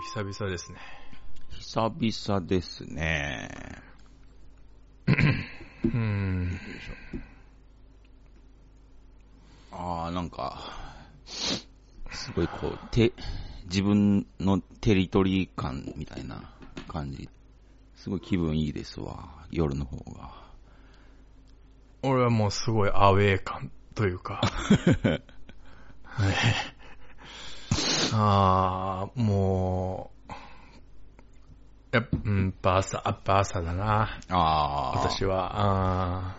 久々ですね。久々ですね。 うん。ああ、なんか、すごいこう、て、自分のテリトリー感みたいな感じ。すごい気分いいですわ、夜の方が。俺はもうすごいアウェー感という か。はいああ、もう、やっぱ、うん、やっぱ朝、やっぱ朝だな。ああ。私は。あー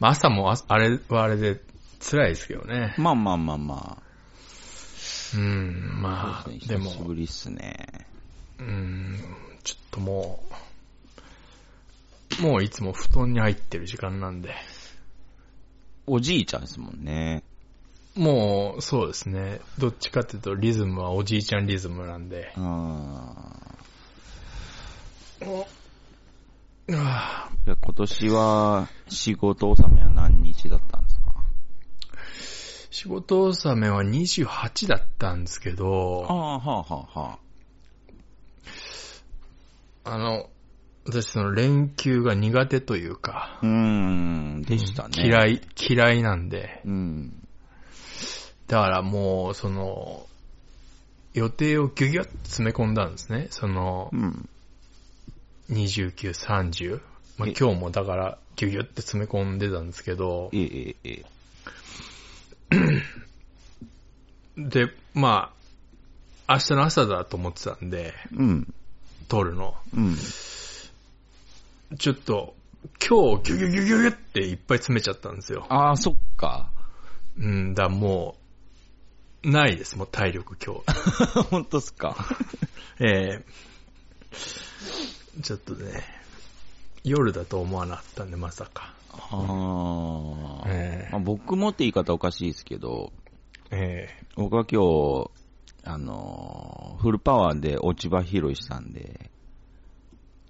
まあ朝もあ、あれはあれで辛いですけどね。まあまあまあまうん、あ。まそうあ、ですでねも久し、ぶりっすね。うん、ちょっともう、もういつも布団に入ってる時間なんで。おじいちゃんですもんね。もう、そうですね。どっちかっていうと、リズムはおじいちゃんリズムなんでう。ん。あいや今年は仕事納めは何日だったんですかー仕事納めは28だったんですけあど、あ、はあはあはあの、私その連休が苦手というかあ。、うーん、でしたね。嫌い。い、嫌いなんで、うん。だからもう、その、予定をギュギュッと詰め込んだんですね。そのう、ん。 29、30。まあえ今日もだから、ギュギュッと詰め込んでたんですけど、ええ、ええ。で、まあ、明日の朝だと思ってたんで、うん。撮るの。うん。ちょっと、今日ギュギュギュギュギュっていっぱい詰めちゃったんですよ。ああ、そっか。 うんだ、もう、ないです、もう体力今日。 本当っすか。ええちょっとね、夜だと思わなかったんで、まさか。ああ。えまあ僕もって言い方おかしいですけど、ええ僕は今日、あのーフルパワーで落ち葉拾いしたんえで、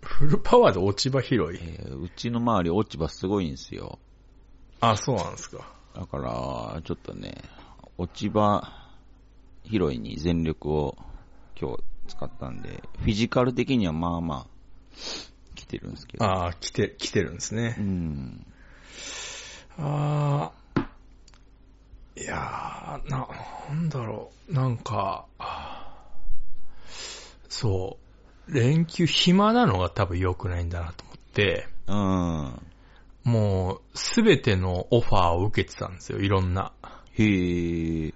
フルパワーで落ち葉拾い。えーうちの周り落ち葉すごいんですよ。あ、そうなんですか。だから、ちょっとね、落ち葉拾いに全力を今日使ったんで、フィジカル的にはまあまあ、来てるんですけど。ああ、来て、来てるんですうね。ん。ああ、いやー、な、なんだろう、なんか、そう、連休暇なのが多分良くないんだなと思って、うん。もう、すべてのオファーを受けてたんですよ、いろんな。へえ。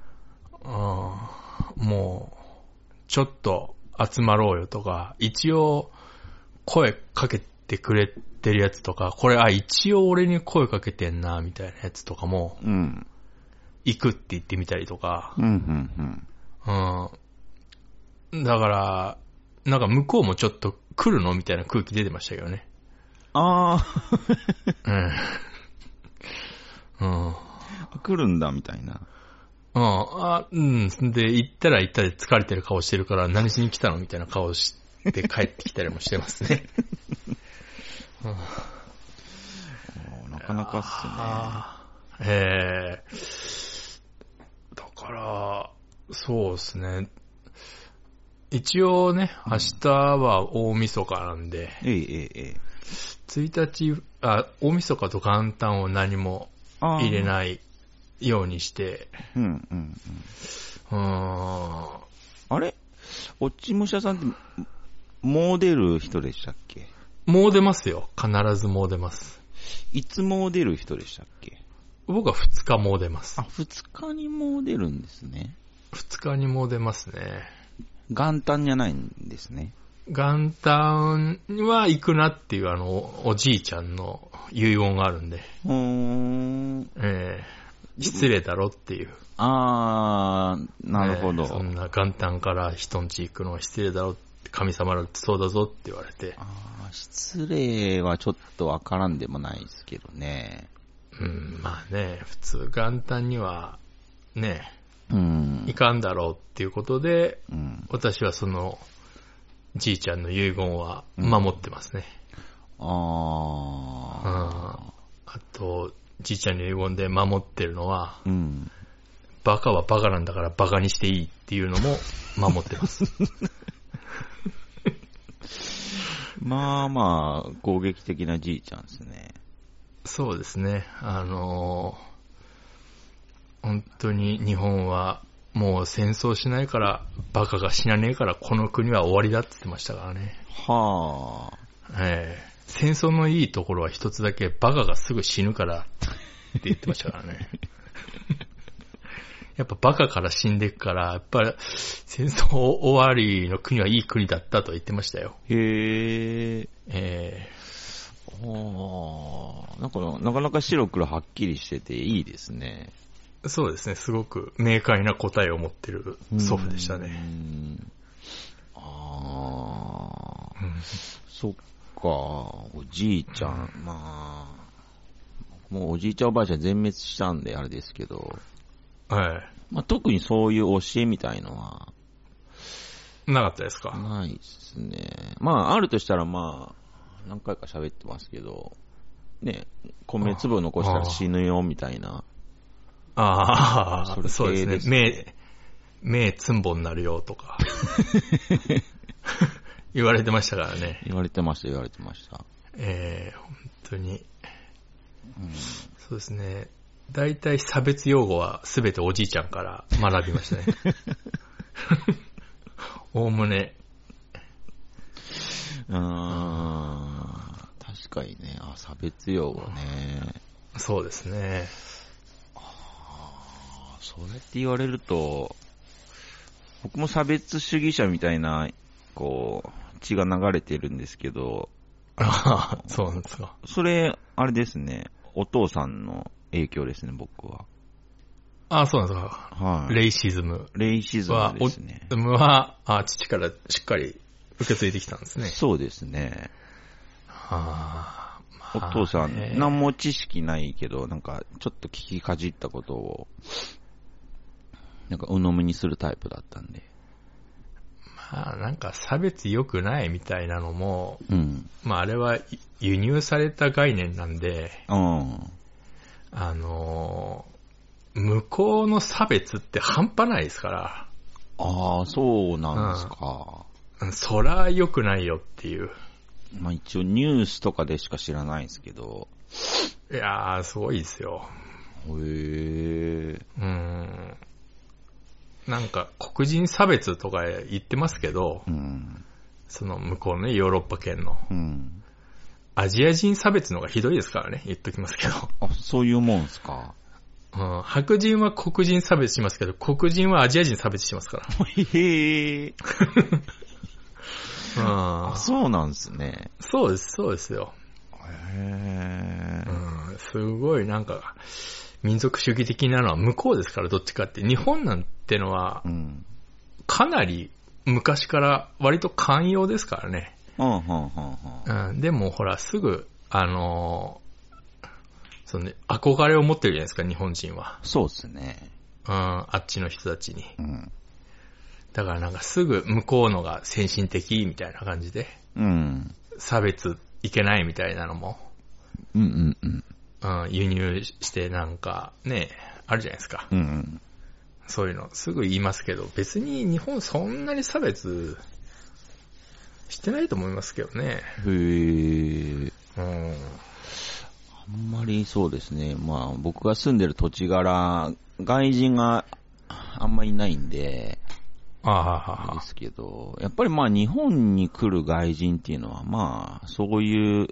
あーもう、ちょっと集まろうよとか、一応、声かけてくれてるやつとか、これ、あ、一応俺に声かけてんな、みたいなやつとかも、うん。行くって言ってみたりとか、うん、うん、うん。だから、なんか向こうもちょっと来るのみたいな空気出てましたけどね。うん。ああ、うん。うん。 来るんだ、みたいな。うん、あ、うん。で、行ったら行ったで疲れてる顔してるから、何しに来たのみたいな顔して帰ってきたりもしてますね。おーなかなかっ あすね。あ。ええだから、そうですね。一応ね、明日は大晦日なんで、ええええええ。 1日、あ、大晦日と元旦を何もあ入れい。ないようにして、うんうんうーうん。ん、あれ落ち武者さんって、もう出る人でしたっけもう出ますよ。必ずもう出ます。いつもう出る人でしたっけ僕は2日もう出ますあ、。二日にもう出るんですね。 2日にもう出ますね。元旦じゃないんですね。元旦は行くなっていうあの、おおじいちゃんの遺言があるんで、うーん。ええ失礼だろっていう。あー、なるほど。ええそんな元旦から人んち行くのは失礼だろって、神様だってそうだぞって言われて、あー失礼はちょっとわからんでもないですけどね。うん、まあね、普通元旦には、ね、うんい。かんだろうっていうことで、うん、私はその、じいちゃんの遺言はうん守ってますね。うん。ああと、じいちゃんの遺言で守ってるのは、ー。うん。バカはバカなんだからバカにしていいっていうのも守ってます。まあまあ、攻撃的なじいちゃんですね。そうですね。あのー本当に日本はもう戦争しないから、バカが死なねえから、この国は終わりだって言ってましたからね。はあ。ええ戦争のいいところは一つだけ、バカがすぐ死ぬからって言ってましたからね。 やっぱバカから死んでいくから、やっぱり戦争終わりの国はいい国だったと言ってましたよ。へえ。えはあ。なんか、なかなか白黒はっきりしてていいですね。えそうですね、すごく明快な答えを持ってる祖父でしたね。うん。ああ。うんそっか、おじいちゃん、まあ、もうおじいちゃんおばあちゃん全滅したんであれですけど、は。まあ特にそういう教えみたいのはいなかったですかないですね。まああるとしたらまあ、何回か喋ってますけど、ね、米粒残したら死ぬよみたいな。あそあ、れそう系でですすね。目、目つんぼになるよと か。言われてましたからね。言われてました、言われてました。えー、本当に。そうですね。大体差別用語はすべておじいちゃんから学びましたね。 おおむね。うん。あー確かにね、あ、差別用語ね。そうですね。それって言われると、僕も差別主義者みたいな、こう、血が流れてるんですけど、ああ、そうなんですか。それ、あれですね、お父さんの影響ですね、僕は。ああ、そうなんですか。はい。レイシズムレイシズはム、ですね。おは、あ父からしっかり受け継いできたんですね。そうですね。あおあ父さねん、何も知識ないけど、なんか、ちょっと聞きかじったことを、なんか、鵜呑みにするタイプだったんで。まあなんか差別良くないみたいなのも、うん。まああれは輸入された概念なんで、うん。あのー向こうの差別って半端ないですかああ、そうなんですか。ら、うんそら良くないよっていう。まあ一応ニュースとかでしか知らないんですけど。いやー、すごいですよ。へえ。うん。なんか黒人差別とか言ってますけどう、ん。その向こうのね、ヨーロッパ圏の。うん。アジア人差別の方がひどいですからね、言っときますけど。あ、そういうもんすか。うん、白人は黒人差別しますけど、黒人はアジア人差別しますから。へえ。うんあ、そうなんですね。そうです、そうですよ。へうえ。ん、すごいなんか、民族主義的なのは向こうですから、どっちかって。日本なんてのはう、ん。かなり昔から割と寛容ですからね。うん、はんはんはん。うん、でもほら、すぐ、あのーそのね、憧れを持ってるじゃないですか、日本人は。そうですね。うん、あっちの人たちに。うん。だからなんかすぐ向こうのが先進的みたいな感じで、うん。差別いけないみたいなのも、うんうんうん。うん、輸入してなんかね、あるじゃないですかう。んそういうの。すぐ言いますけど、別に日本そんなに差別してないと思いますけどね。うん。へえ。うん。あんまりそうですね。まあ僕が住んでる土地柄、外人があんまりいないんで、でああ、すけど、やっぱりまあ日本に来る外人っていうのはまあそういう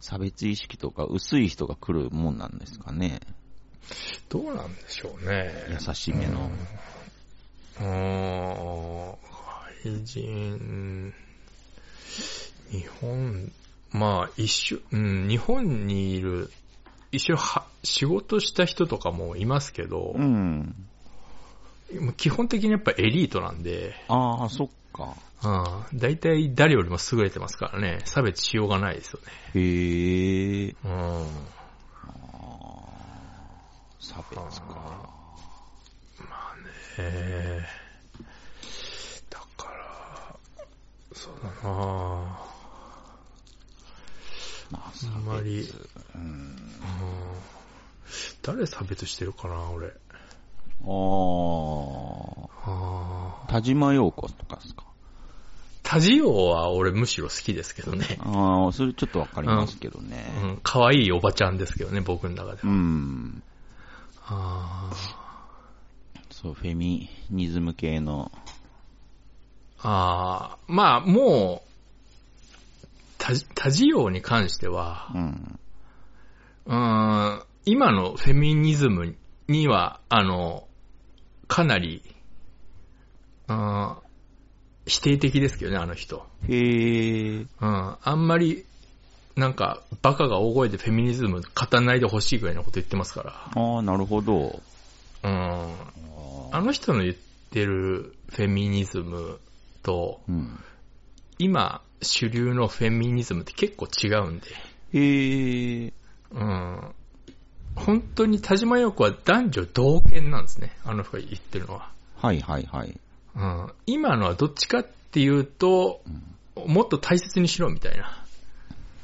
差別意識とか薄い人が来るもんなんですかね。どうなんでしょうね。優しめの。うん。外人、日本、まあ一緒、うん、日本にいる、一緒には仕事した人とかもいますけど、うん。基本的にやっぱエリートなんで、ああ、そっか。うん、大体誰よりも優れてますからね、差別しようがないですよね。へえ。うん。差別か。えー、だから、そうだなぁまあ差あんまり、別。うん。うん、誰差別してるかな、俺。ああ。あ田島陽子とかですか。ータジオは俺むしろ好きですけどね。ああ、それちょっとわかりますけどね。うん、可愛いおばちゃんですけどね、僕の中でうは。ん。あそう、フェミニズム系の。ーあー、まあもう、タジタジオに関しては、うん。うーん、今のフェミニズムには、あの、かなり、うーん、否定的ですけどね、あの人。へえ。うん、あんまり、なんか、バカが大声でフェミニズム語んないでほしいぐらいのこと言ってますかああ、なるほど。ら。うん。ああーの人の言ってるフェミニズムと、うん。今主流のフェミニズムって結構違うんで。へえ。うん。本当に田島陽子は男女同権なんですね。あの人が言ってるのは。はいはいはい。うん。今のはどっちかっていうと、うんもっと大切にしろみたいな。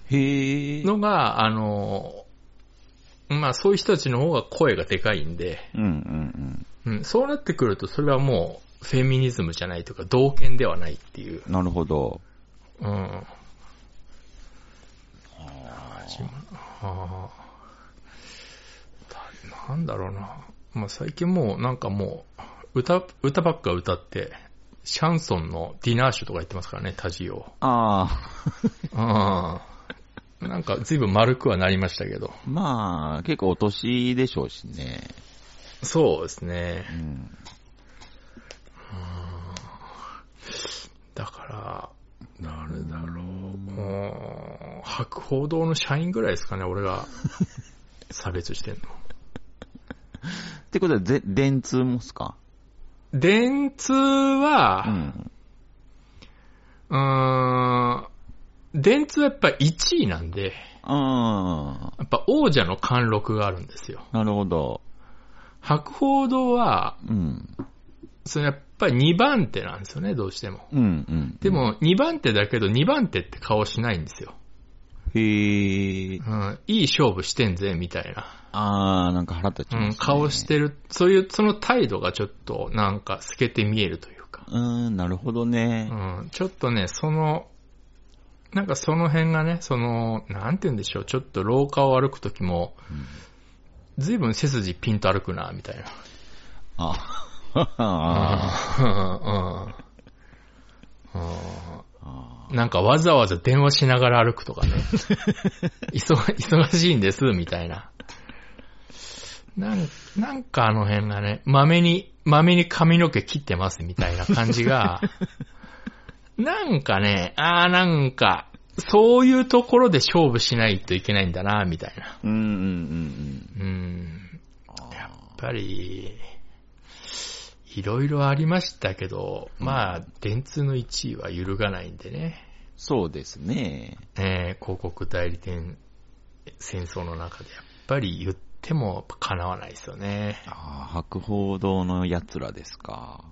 へえ。のが、あの、まあそういう人たちの方が声がでかいんで、うんうんうん、そうなってくるとそれはもうフェミニズムじゃないというか同権ではないっていう。うん。なるほど。うん。あ自分ああ。なんだろうな。まあ最近もうなんかもう、歌、歌ばっか歌って、シャンソンのディナーショーとか言ってますからね、タジオ。あうん。なんか随分丸くはなりましたけど。ー、まあ、結構お年でしょうしね。そうですうね。ん。だから、なるだろう。うん博報堂の社員ぐらいですかね、俺が差別してんの。 ってことは、ぜ、電通もっすか電通は、うん。うーん、電通はやっぱ1位なんで、あやっぱ王者の貫禄があるんですよ。あ、なるほど。白報堂は、うん。それやっぱり2番手なんですよね、どうしても。うんうん。で、も、2番手だけど、2番手って顔しないんですよ。へえう。ん、いい勝負してんぜ、みたいな。ああ、なんか腹立ちうます、ねん、顔し。てる。そういう、その態度がちょっと、なんか透けて見えるというか。うーん、なるほどね。うん、ちょっとね、その、なんかその辺がね、その、なんて言うんでしょう、ちょっと廊下を歩くときも、うんずいぶん背筋ピンと歩くな、みたいな。ああうんうんうんあなんかわざわざ電話しながら歩くとかね。忙忙しいんです、みたいな。なんなんかあの辺がね、まめに、まめに髪の毛切ってます、みたいな感じが、なんかね、あーなんか、そういうところで勝負しないといけないんだな、みたいな。うんうんうんうん。うん。やっぱり、いろいろありましたけど、まあ、電通の1位は揺るがないんでね。そうですね。えー広告代理店戦争の中で、やっぱり言っても叶わないですよね。ああ、白報堂の奴らですか。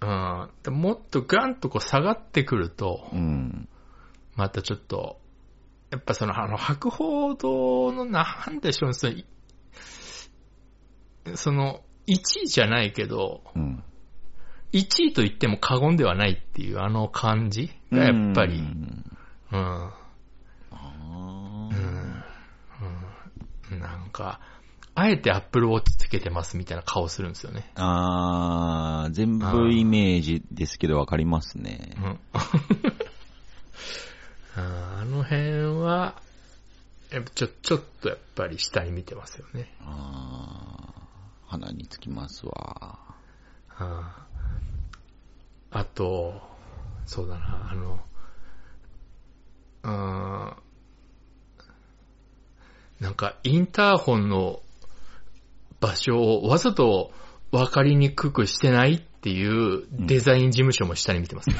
うん。でもっとガンとこう下がってくるとう、ん。またちょっと、やっぱその、あの、白報堂の、なんでしょうね、その、いその、1位じゃないけど、うん。 1位と言っても過言ではないっていうあの感じがやっぱり、うんうん。あうあ。んうんなんか、あえてアップルウォッチつけてますみたいな顔するんですよね。ああ、全部イメージですけどわかりますねう。ん あーあの辺は、やっぱちょ、ちょっとやっぱり下に見てますよね。ああ、鼻につきますわ。あーあと、そうだな、あの、あーなんかインターホンの場所をわざと分かりにくくしてないっていうデザイン事務所も下に見てます、ね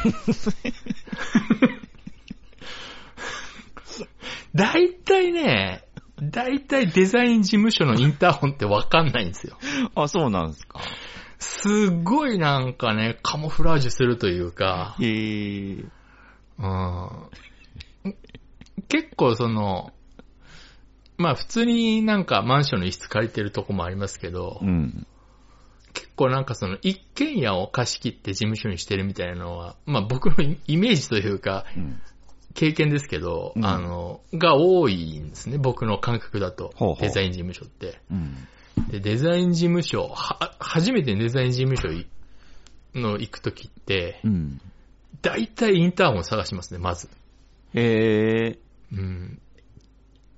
大体ね、大体デザイン事務所のインターホンって分かんないんですよ。あ、そうなんですか。すごいなんかね、カモフラージュするというか、へえ。うん、結構その、まあ普通になんかマンションの一室借りてるとこもありますけどう、ん。結構なんかその一軒家を貸し切って事務所にしてるみたいなのは、まあ僕のイイメージというか、うん。経験ですけど、うんあの、が多いんですね、僕の感覚だと。ほうほうデザイン事務所って。うん。で、デザイン事務所、は、初めてデザイン事務所いの行くときって、うん。大体インターホンを探しますね、まず。へえ。うん。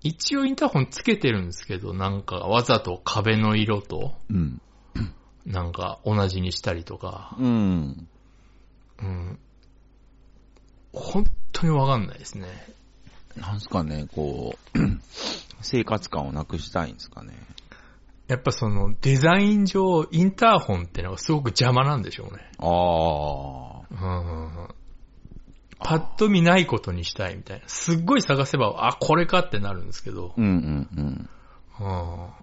一応インターホンつけてるんですけど、なんかわざと壁の色と、うん。なんか同じにしたりとか、うん。うん。本当にわかんないですね。なんすかね、こう、 生活感をなくしたいんですかね。やっぱそのデザイン上、インターホンってのがすごく邪魔なんでしょうね。ああ。うんうんうんパッと見ないことにしたいみたいな。すっごい探せば、あ、これかってなるんですけど、うんうんううん。ん、あ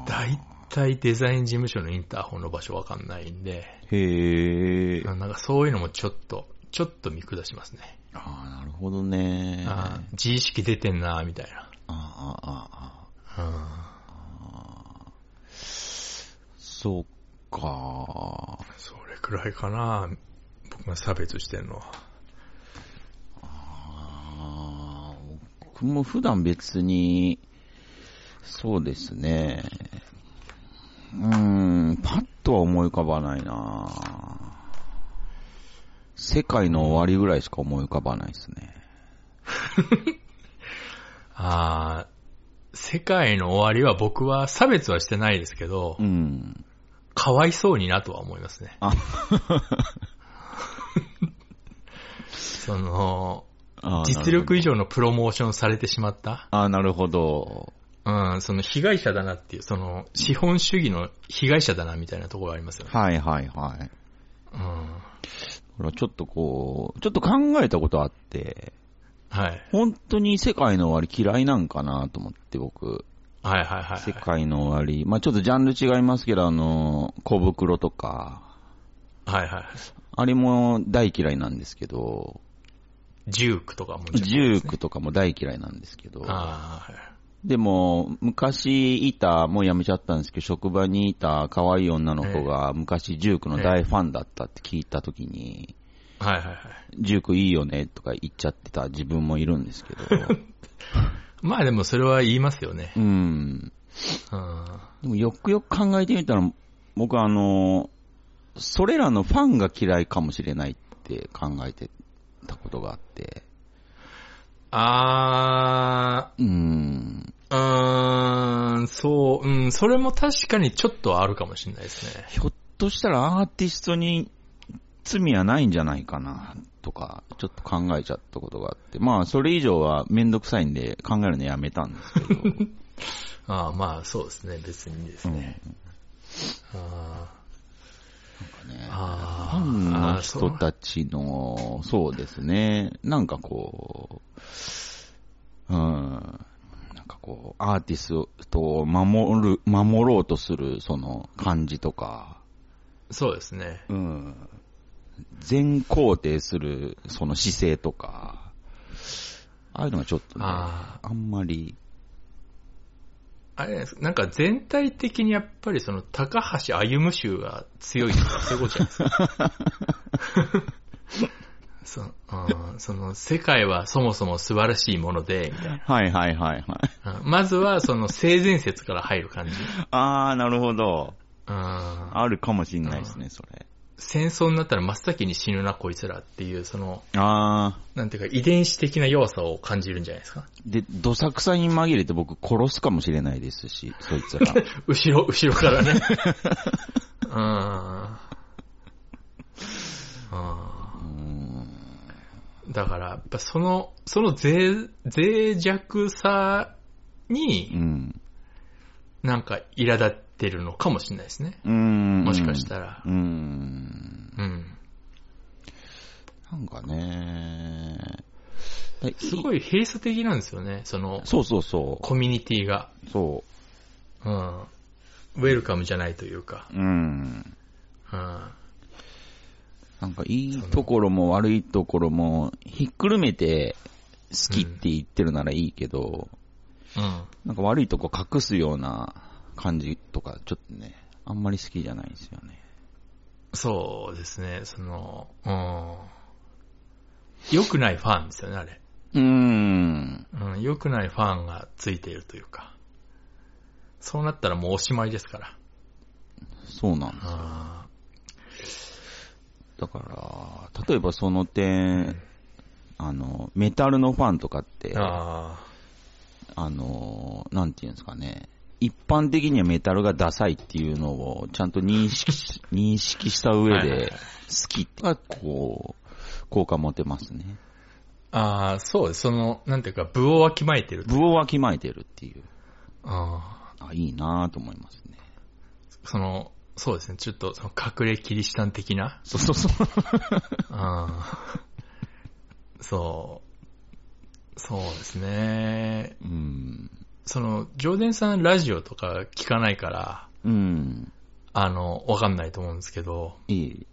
ー大体デザイン事務所のインターホンの場所わかんないんで、へえ。なんかそういうのもちょっと、ちょっと見下しますね。ああ、なるほどね。あー自意識出てんな、みたいな。ああ、ああ、うんそうか。それくらいかな、僕が差別してるのは。ああ、僕も普段別に、そうですね。うーん、パッとは思い浮かばないな。世界の終わりぐらいしか思い浮かばないですね。あー世界の終わりは僕は差別はしてないですけどう、ん。かわいそうになとは思いますね。あ、その、あー実力以上のプロモーションされてしまった。あーなるほど。うん、その被害者だなっていう、その資本主義の被害者だなみたいなところがありますよね。はいはいはい。うん。ほら、ちょっとこう、ちょっと考えたことあって、はい。本当に世界の終わり嫌いなんかなと思って僕、はいはいはいはい。世界の終わり、まあちょっとジャンル違いますけど、あの、小袋とか、はいはい。あれも大嫌いなんですけど、ジュークとかもジーュークとかも大嫌いなんですけどク、あでも、昔いた、もう辞めちゃったんですけど、職場にいた可愛い女の子が昔ジュークの大ファンだったって聞いた時に、あ、はいはいはい。ジュークいいよねとか言っちゃってた自分もいる んですけど、まあでもそれは言いますよねう。ん。うん。でもよくよく考えてみたら、僕あの、それらのファンが嫌いかもしれないって考えてたことがあって、あうーん、ー、うーん、そう、うん、それも確かにちょっとはあるかもしれないですね。ひょっとしたらアーティストに罪はないんじゃないかな、とか、ちょっと考えちゃったことがあって、まあそれ以上はめんどくさいんで考えるのやめたんですけど、ああ、まあそうですね、別にですうん、ね。あーフあァンのー人たちの、そうですね、なんかこう、うん、なんかこう、アーティストを守る、守ろうとするその感じとか、そうそうですね。うん、全肯定するその姿勢とか、ああいうのがちょっとね、ああんまり、あ、あれじゃないですかなんか全体的にやっぱりその高橋歩夢集が強いとかそういうことじゃないですか。そうんその世界はそもそも素晴らしいもので、みたいなはいはいはいはい。うんまずはその性善説から入る感じ。ああ、なるほど。うんあるかもしんないですね、それ。戦争になったら真っ先に死ぬなこいつらっていう、その、ああ。なんていうか遺伝子的な弱さを感じるんじゃないですか。で、どさくさに紛れて僕殺すかもしれないですし、そいつ ら。後ろ、後ろから ね。うん。うーんうん。だから、やっぱその、その脆、脆弱さうに、ん。なんか苛立ってるのかもしれないですね。うーん。もしかしたらう。ーん。うん。なんかねだすごい閉鎖的なんですよね、その、そうそうそコミュニティが。う。そうん。ウェルカムじゃないというか。う。うん。うん。なんかいいところも悪いところも、ひっくるめて好きって言ってるならいいけど、うん。なんか悪いとこ隠すような感じとか、ちょっとね、あんまり好きじゃないんですよね。そうですね、その、うん。良くないファンですよね、あれ。うーん。うん、良くないファンがついているというか。そうなったらもうおしまいですから。そうなんです。あだから、例えばその点、あの、メタルのファンとかって、ーああの、なんていうんですかね、一般的にはメタルがダサいっていうのをちゃんと認 識し、認識した上はいはいはでい、好きってのがこう、効果持てますね。ーあー、そうです。その、なんていうか、部をわきまえてると。部をわきまえてるっていう。ああ、いいなぁと思いますね。ーその、そうですね、ちょっと、その隠れキリシタン的な。そうそうそう。あーそう。そうですね。うん。その、ジョーデンさんラジオとか聞かないから、うん。あの、わかんないと思うんですけど、いい。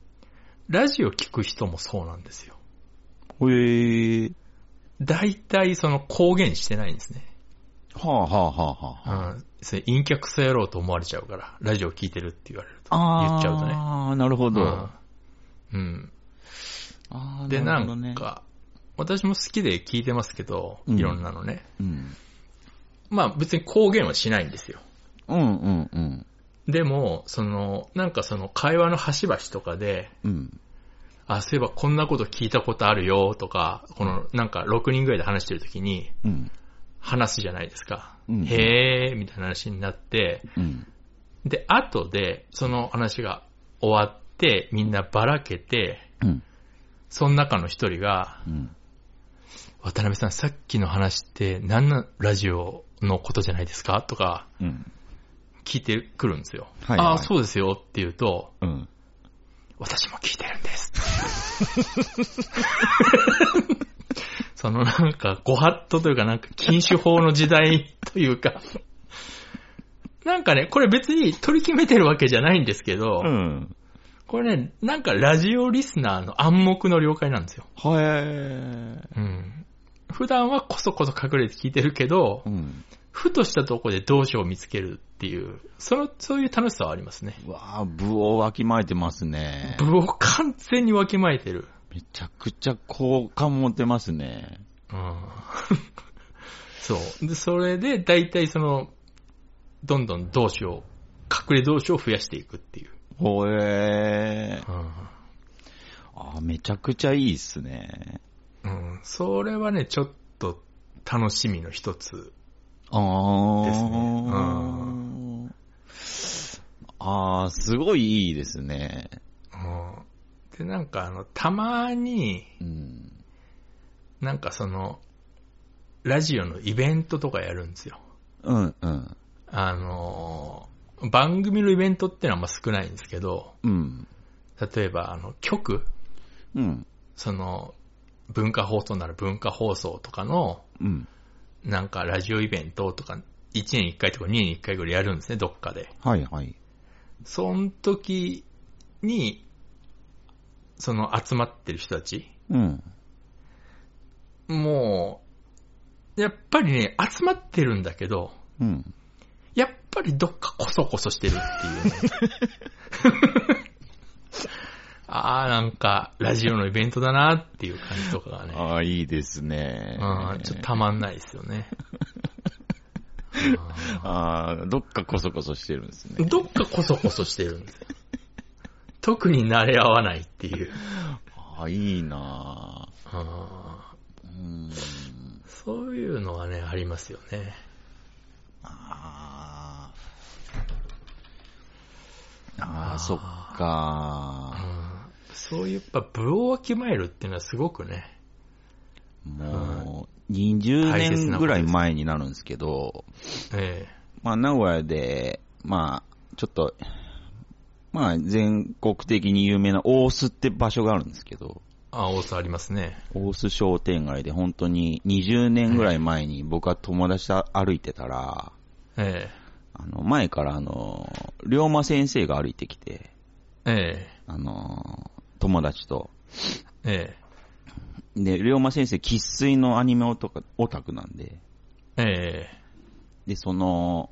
ラジオ聞く人もそうなんですよ。ほえー。大体その公言してないんですね。はあはあはあはうあ。ん。それ陰キャクソ野郎と思われちゃうから、ラジオ聞いてるって言われると。あー言っちゃうとね。ああ、なるほど。あうん。うあん。ーで、ななるほどねん。か、私も好きで聞いてますけど、うんいろんなのね。うん。まあ別に公言はしないんですよ。うんうんうん。でも、その、なんかその会話の端々とかで、うん。あ、そういえばこんなこと聞いたことあるよとか、このなんか6人ぐらいで話してるときにうん。話すじゃないですか。うんへーみたいな話になって、うん。で、後でその話が終わってみんなばらけて、うん。その中の一人が、うん。渡辺さんさっきの話って何のラジオのことじゃないですかとかうん。聞いてくるんですよ。はいはいあ、そうですよって言うと、うん。私も聞いてるんです。 そのなんか、ご法度というか、なんか、禁酒法の時代というか、なんかね、これ別に取り決めてるわけじゃないんですけど、うん。これね、なんかラジオリスナーの暗黙の了解なんですよ。はえうん。普段はこそこそ隠れて聞いてるけどー。う、ん。ふとしたとこで動詞を見つけるっていう、その、そういう楽しさはありますね。うわあ、部をわきまえてますね。部を完全にわきまえてる。めちゃくちゃ好感持てますね。うん そう。で、それで、大体その、どんどん同士を、隠れ同士を増やしていくっていう。ほえー。うん。あーめちゃくちゃいいっすね。うん。それはね、ちょっと楽しみの一つ。ああ。ですねうああ、すごいいいですね。うん。で、なんかあの、たまに、うん。なんかその、ラジオのイベントとかやるんですよ。うん、うん。あのー、番組のイベントってのはあんま少ないんですけど、うん。例えばあの、局うん。その、文化放送なら文化放送とかの、うん。なんかラジオイベントとか、1年1回とか2年1回ぐらいやるんですね、どっかで。はい、はい。その時に、その集まってる人たち、うん。もう、やっぱりね、集まってるんだけど、うん。やっぱりどっかこそこそしてるっていう、ね。ああ、なんか、ラジオのイベントだなっていう感じとかがね、ああ、いいですね。うん、ちょっとたまんないですよね。うんああ、どっかこそこそしてるんですね。どっかこそこそしてるんですよ。特に慣れ合わないっていう。ああ、いいなああうーん。ーそういうのはね、ありますよね。ああ。ああ、そっか。そういうやっぱ部をわきまえるっていうのはすごくね。もう、20年ぐらい前になるんですけど、えまあ、名古屋で、まあ、ちょっと、まあ、全国的に有名な大須って場所があるんですけど、えあ、大須ありますね。大須商店街で本当に20年ぐらい前に僕は友達と歩いてたら、えあの、前からあの、龍馬先生が歩いてきて、ええあの、友達と。ええで、龍馬先生、喫水のアニメオタクオタクなんで、ええで、その、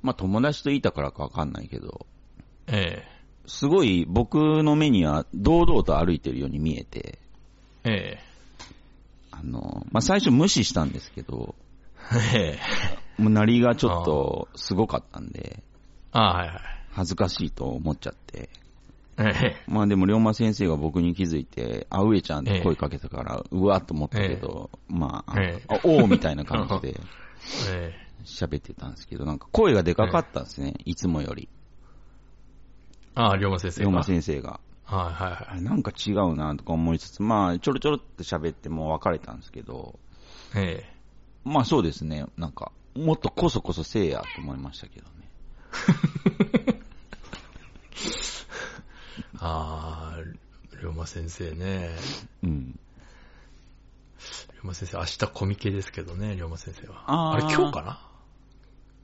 まあ友達といたからかわかんないけど、えすごい僕の目には堂々と歩いてるように見えて、え、えあの、まあ最初無視したんですけど、え、ええ。もうなりがちょっとすごかったんで、ああ、はいはい。恥ずかしいと思っちゃって。ええ、まあでも、龍馬先生が僕に気づいて、あ、上ちゃんって声かけたから、うわーっと思ったけど、まあ、ええあおーみたいな感 じでええ。喋ってたんですけど、なんか声がでかかったんですね、いつもより。ああ、龍馬先生龍か。馬先生が。はいはいあはい。れなんか違うなとか思いつつ、まあ、ちょろちょろって喋ってもう別れたんですけど、えまあそうですね、なんか、もっとこそこそせえやと思いましたけどね。え。ああ、龍馬先生ね。うん。龍馬先生、明日コミケですけどね、龍馬先生は。あーあれ今日かな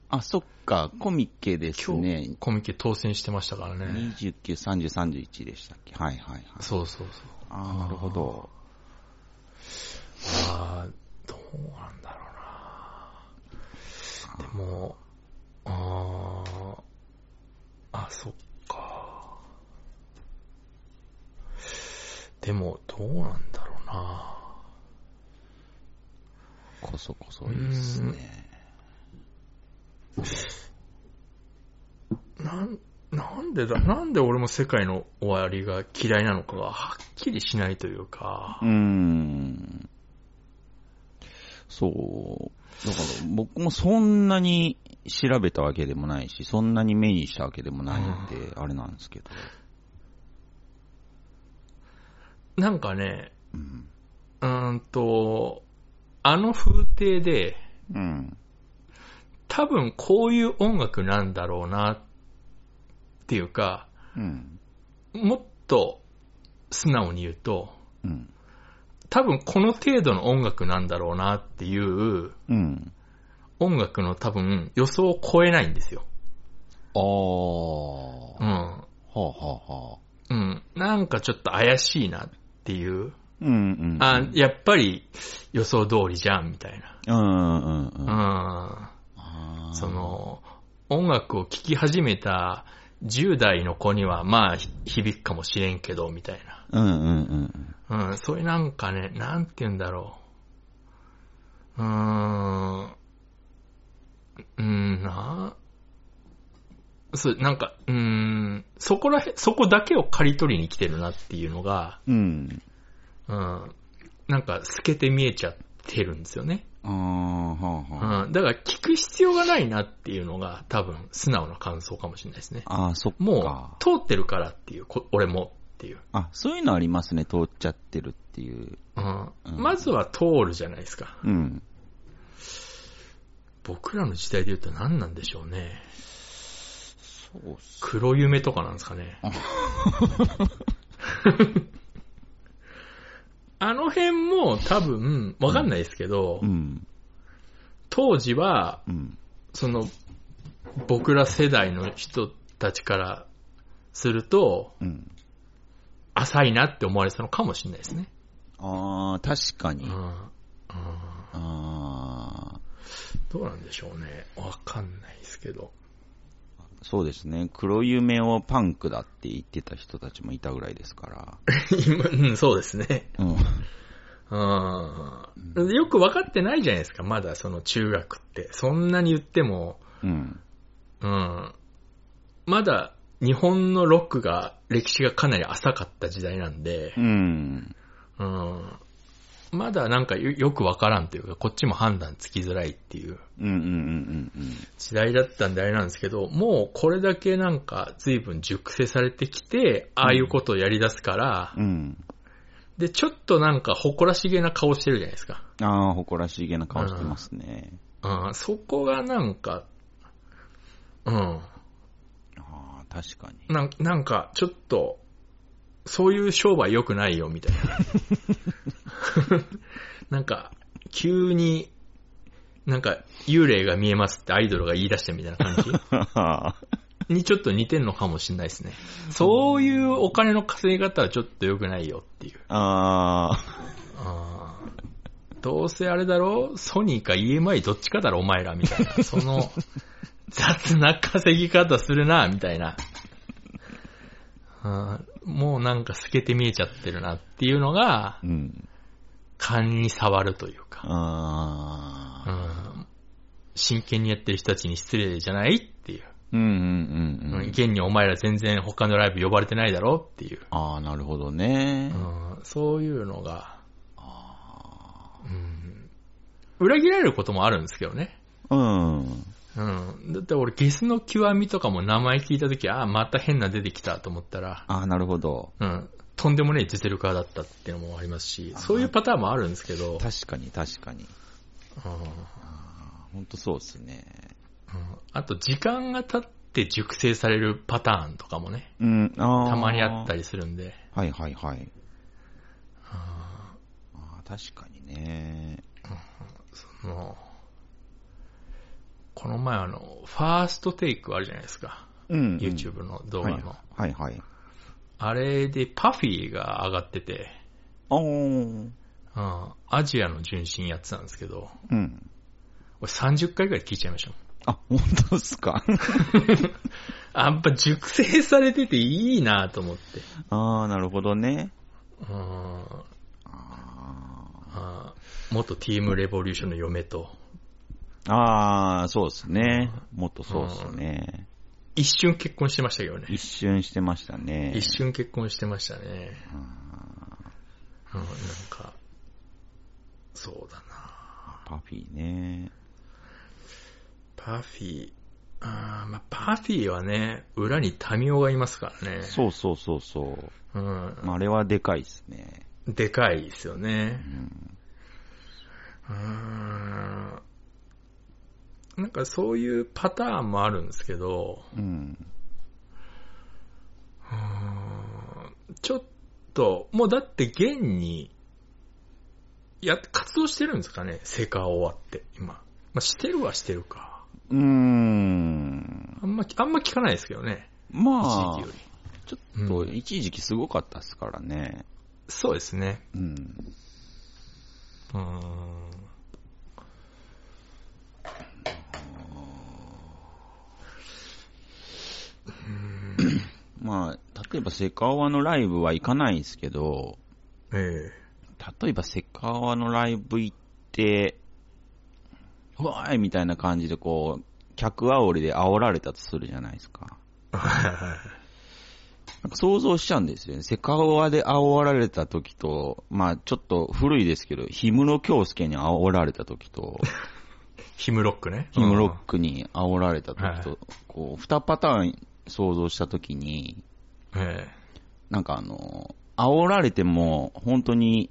あ、そっか、コミケです今日、ね。コミケ当選してましたからね。 29、30、31でしたっけはいはいはい。そうそうそう。ああ、なるほど。ああ、どうなんだろうな。でも、ああ、あ、そっか。でも、どうなんだろうな。こそこそいいっすね。なん、なんでだ、なんで俺も世界の終わりが嫌いなのかがはっきりしないというかう、ーん。そう。だから僕もそんなに調べたわけでもないし、そんなに目にしたわけでもないんで、あれなんですけど。なんかね、うん。うーんと、あの風景で、うん。多分こういう音楽なんだろうなっていうか、うん。もっと素直に言うと、うん。多分この程度の音楽なんだろうなっていううん。音楽の多分予想を超えないんですよ。ああ。うはん。あはあはあ。うん。なんかちょっと怪しいなっていう。うんうん。あ、やっぱり予想通りじゃんみたいうんうんうん。な。あうーん。そ、の、音楽を聴き始めた10代の子にはまあひ響くかもしれんけどみたいな。うんうんうん。うん、それなんかね、なんて言うんだろう。うーん、うん、な、そう、なんか、うーん、そこらへん、そこだけを刈り取りに来てるなっていうのが、うん。うん、なんか透けて見えちゃってるんですよね。ああ、はあうはあ。ん、だから聞く必要がないなっていうのが多分素直な感想かもしれないですね。ああ、そっか。もう通ってるからっていう、こ俺もっていう。あ、そういうのありますね、通っちゃってるっていう。うん、うんまずは通るじゃないですか。うん。僕らの時代で言うと何なんでしょうね。そうっす。黒夢とかなんですか ね。あの辺も多分、わかんないですけど、うん。当時は、うん。その、僕ら世代の人たちからすると、うん。浅いなって思われてたのかもしれないですね。ああ、確かうに。ん。あうんあどうなんでしょうね。わかんないですけど。ー、そうですね。黒夢をパンクだって言ってた人たちもいたぐらいですから。今うん、 そうですね。うん。うん。よく分かってないじゃないですか、まだその中学って。そんなに言っても、うん。うん。まだ日本のロックが、歴史がかなり浅かった時代なんでう、ん。うん。まだなんかよよく分からんというか、こっちも判断つきづらいっていううんうんうんうんうん。時代だったんであれなんですけど、もうこれだけなんか随分熟成されてきて、ああいうことをやり出すから、うん。で、ちょっとなんか誇らしげな顔してるじゃないですか。ああ、誇らしげな顔してますね。うん、そこがなんか、うん、ああ、確かに。 なんなんかちょっと、そういう商売良くないよ、みたいな。なんか、急に、なんか、幽霊が見えますってアイドルが言い出したみたいな感じにちょっと似てんのかもしれないですね。そういうお金の稼ぎ方はちょっと良くないよっていう。ああ、あ ーどうせあれだろソニーか EMI どっちかだろお前らみたいな。その、雑な稼ぎ方するな、みたいな。うんもうなんか透けて見えちゃってるなっていうのが、うん。勘に触るというか、あうあ。ん真剣にやってる人たちに失礼じゃないっていう。うんうんうんうん。現にお前ら全然他のライブ呼ばれてないだろっていう。ああ、なるほどねう。んそういうのが、うん裏切られることもあるんですけどね。うん。うん、だって俺、ゲスの極みとかも名前聞いたとき、ああ、また変な出てきたと思ったら、ああ、なるほど。うん、とんでもねえ実力派だったっていうのもありますし、そういうパターンもあるんですけど、確かに確かに。うんうんほんとそうですね。あと時間が経って熟成されるパターンとかもね、うん、ああ。たまにあったり。りするんで、はいはいはい。ああ、確かにね。そのこの前あの、ファーストテイクあるじゃないですか、うん、うん。 YouTube の動は画いの。はいはい。あれでパフィーが上がってて、ああ。うん。うん、アジアの純真やってたんですけど、うん。俺30回ぐらい聞いちゃいましたもん。あ、本当っすか。 あやっぱ熟成されてていいなと思って。ああ、なるほどね。うーんああー元 TM レボリューションの嫁と、ーあー、そうっすね。もっとそうっすね。一瞬結婚してましたけどね。一瞬してましたね。一瞬結婚してましたね。うん、なんか、そうだなパフィーね。パフィー、あーまあ、パフィーはね、裏にタミオがいますからね。そうそうそうそう。う。まあ、あれはでかいっすね。ん。でかいですよねう。ん。うーんなんかそういうパターンもあるんですけど、うん。うーんちょっと、もうだって現に、や、活動してるんですかねセカオワって、今。まあ、してるはしてるか。うーん。あんま、あんま聞かないですけどね。一ま時あ期よ、り。ちょっと、うん一時期すごかったっすからね。そうですね。うん。うーん。まあ、例えばセカオワのライブは行かないんすけど、え 例えばセカオワのライブ行って、うわーいみたいな感じでこう、客煽りで煽られたとするじゃないですか。えなんか想像しちゃうんですよね。セカオワで煽られた時と、まあちょっと古いですけど、氷室京介に煽られた時と、ヒムロックね。ヒムロックに煽られた時はと、こう、二パターン想像した時に、うん。えなんかあの、煽られても、本当に、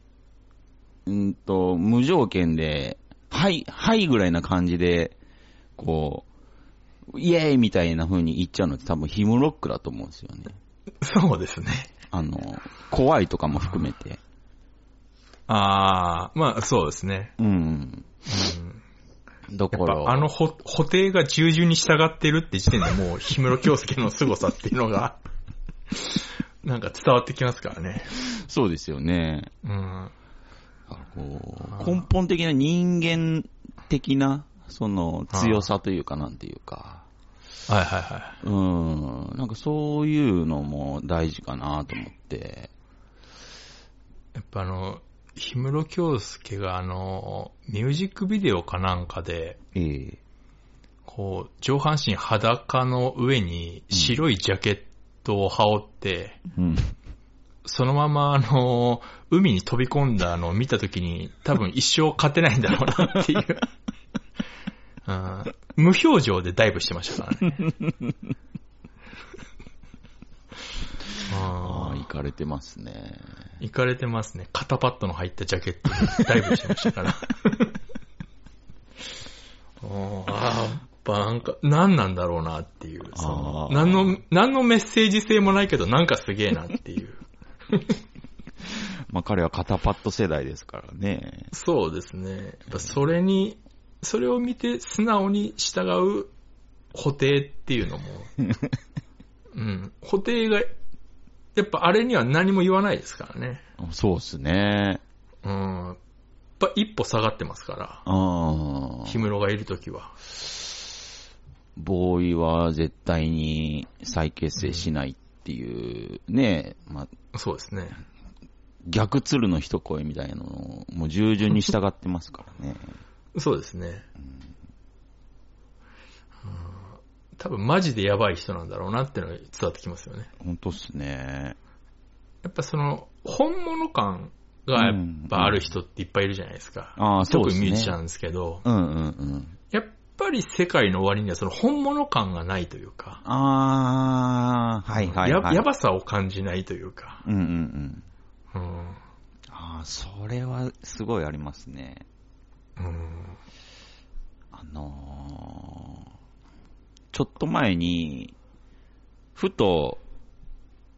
うんと、無条件で、はい、はいぐらいな感じで、こう、イエーイみたいな風に言っちゃうのって多分ヒムロックだと思うんですよね。えそうですね。あの、怖いとかも含めて。ああ、まあそうですね。うん。うんだかやっぱら、あのほ補定が従順に従ってるって時点でもう、氷室京介の凄さっていうのが、 なんか伝わってきますからね。そうですよね。うん。だからこう根本的な人間的な、その強さというかなんていうか。はいはいはうん。なんかそういうのも大事かなと思って。い。やっぱあの、氷室京介があの、ミュージックビデオかなんかで、ええこう、上半身裸の上に白いジャケットを羽織って、うん。そのままあの、海に飛び込んだのを見たときに、多分一生勝てないんだろうなっていう。うん無表情でダイブしてましたからね。ああ、あ行かれてますね。あ、行かれてますね。肩パッドの入ったジャケットにダイブしてましたから。うんああ、やっぱなんか、何なんだろうなっていう。そのあー何の、何のメッセージ性もないけど、なんかすげえなっていう。まあ彼は肩パッド世代ですからね。そうですね。やっぱそれに、それを見て素直に従う補定っていう のも、うん。補定が、やっぱあれには何も言わないですからね。そうっすね。うん。やっぱ一歩下がってますから、ああ。氷室がいるときは。ボーイは絶対に再結成しないっていう、ね、まあ、そうですね。逆鶴の一声みたいなのを、もう従順に従ってますからね。そうですね。うん多分マジでやばい人なんだろうなっていうのが伝わってきますよね。本当っすね。やっぱその、本物感がやっぱある人っていっぱいいるじゃないですか。ああ、そう特ですにね。ミュージシャンですけど、うんうんうん。やっぱり世界の終わりにはその本物感がないというか、ああ、はいはいはい。ややばさを感じないというか、うんうんうん。うんああ、それはすごいありますね。うんあのー、ちょっと前に、ふと、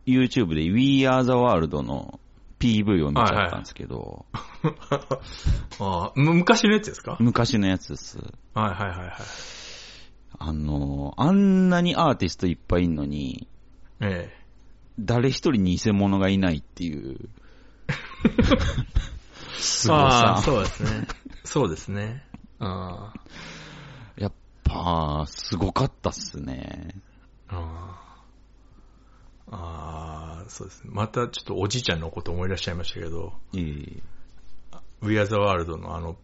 YouTube で We Are the World の PV を見ちゃったんですけど、ああむ昔のやつですか 昔のやつです。はいはいはいはい。あのー、あんなにアーティストいっぱいいんのに、え誰一人偽物がいないっていう。え。すごああ、さ。そうですね。そうですね。ああやっぱ、すごかったっすね。ああああ、そうですね。またちょっとおじいちゃんのこと思い出しちゃいましたけど、ええ We Are the World のあの、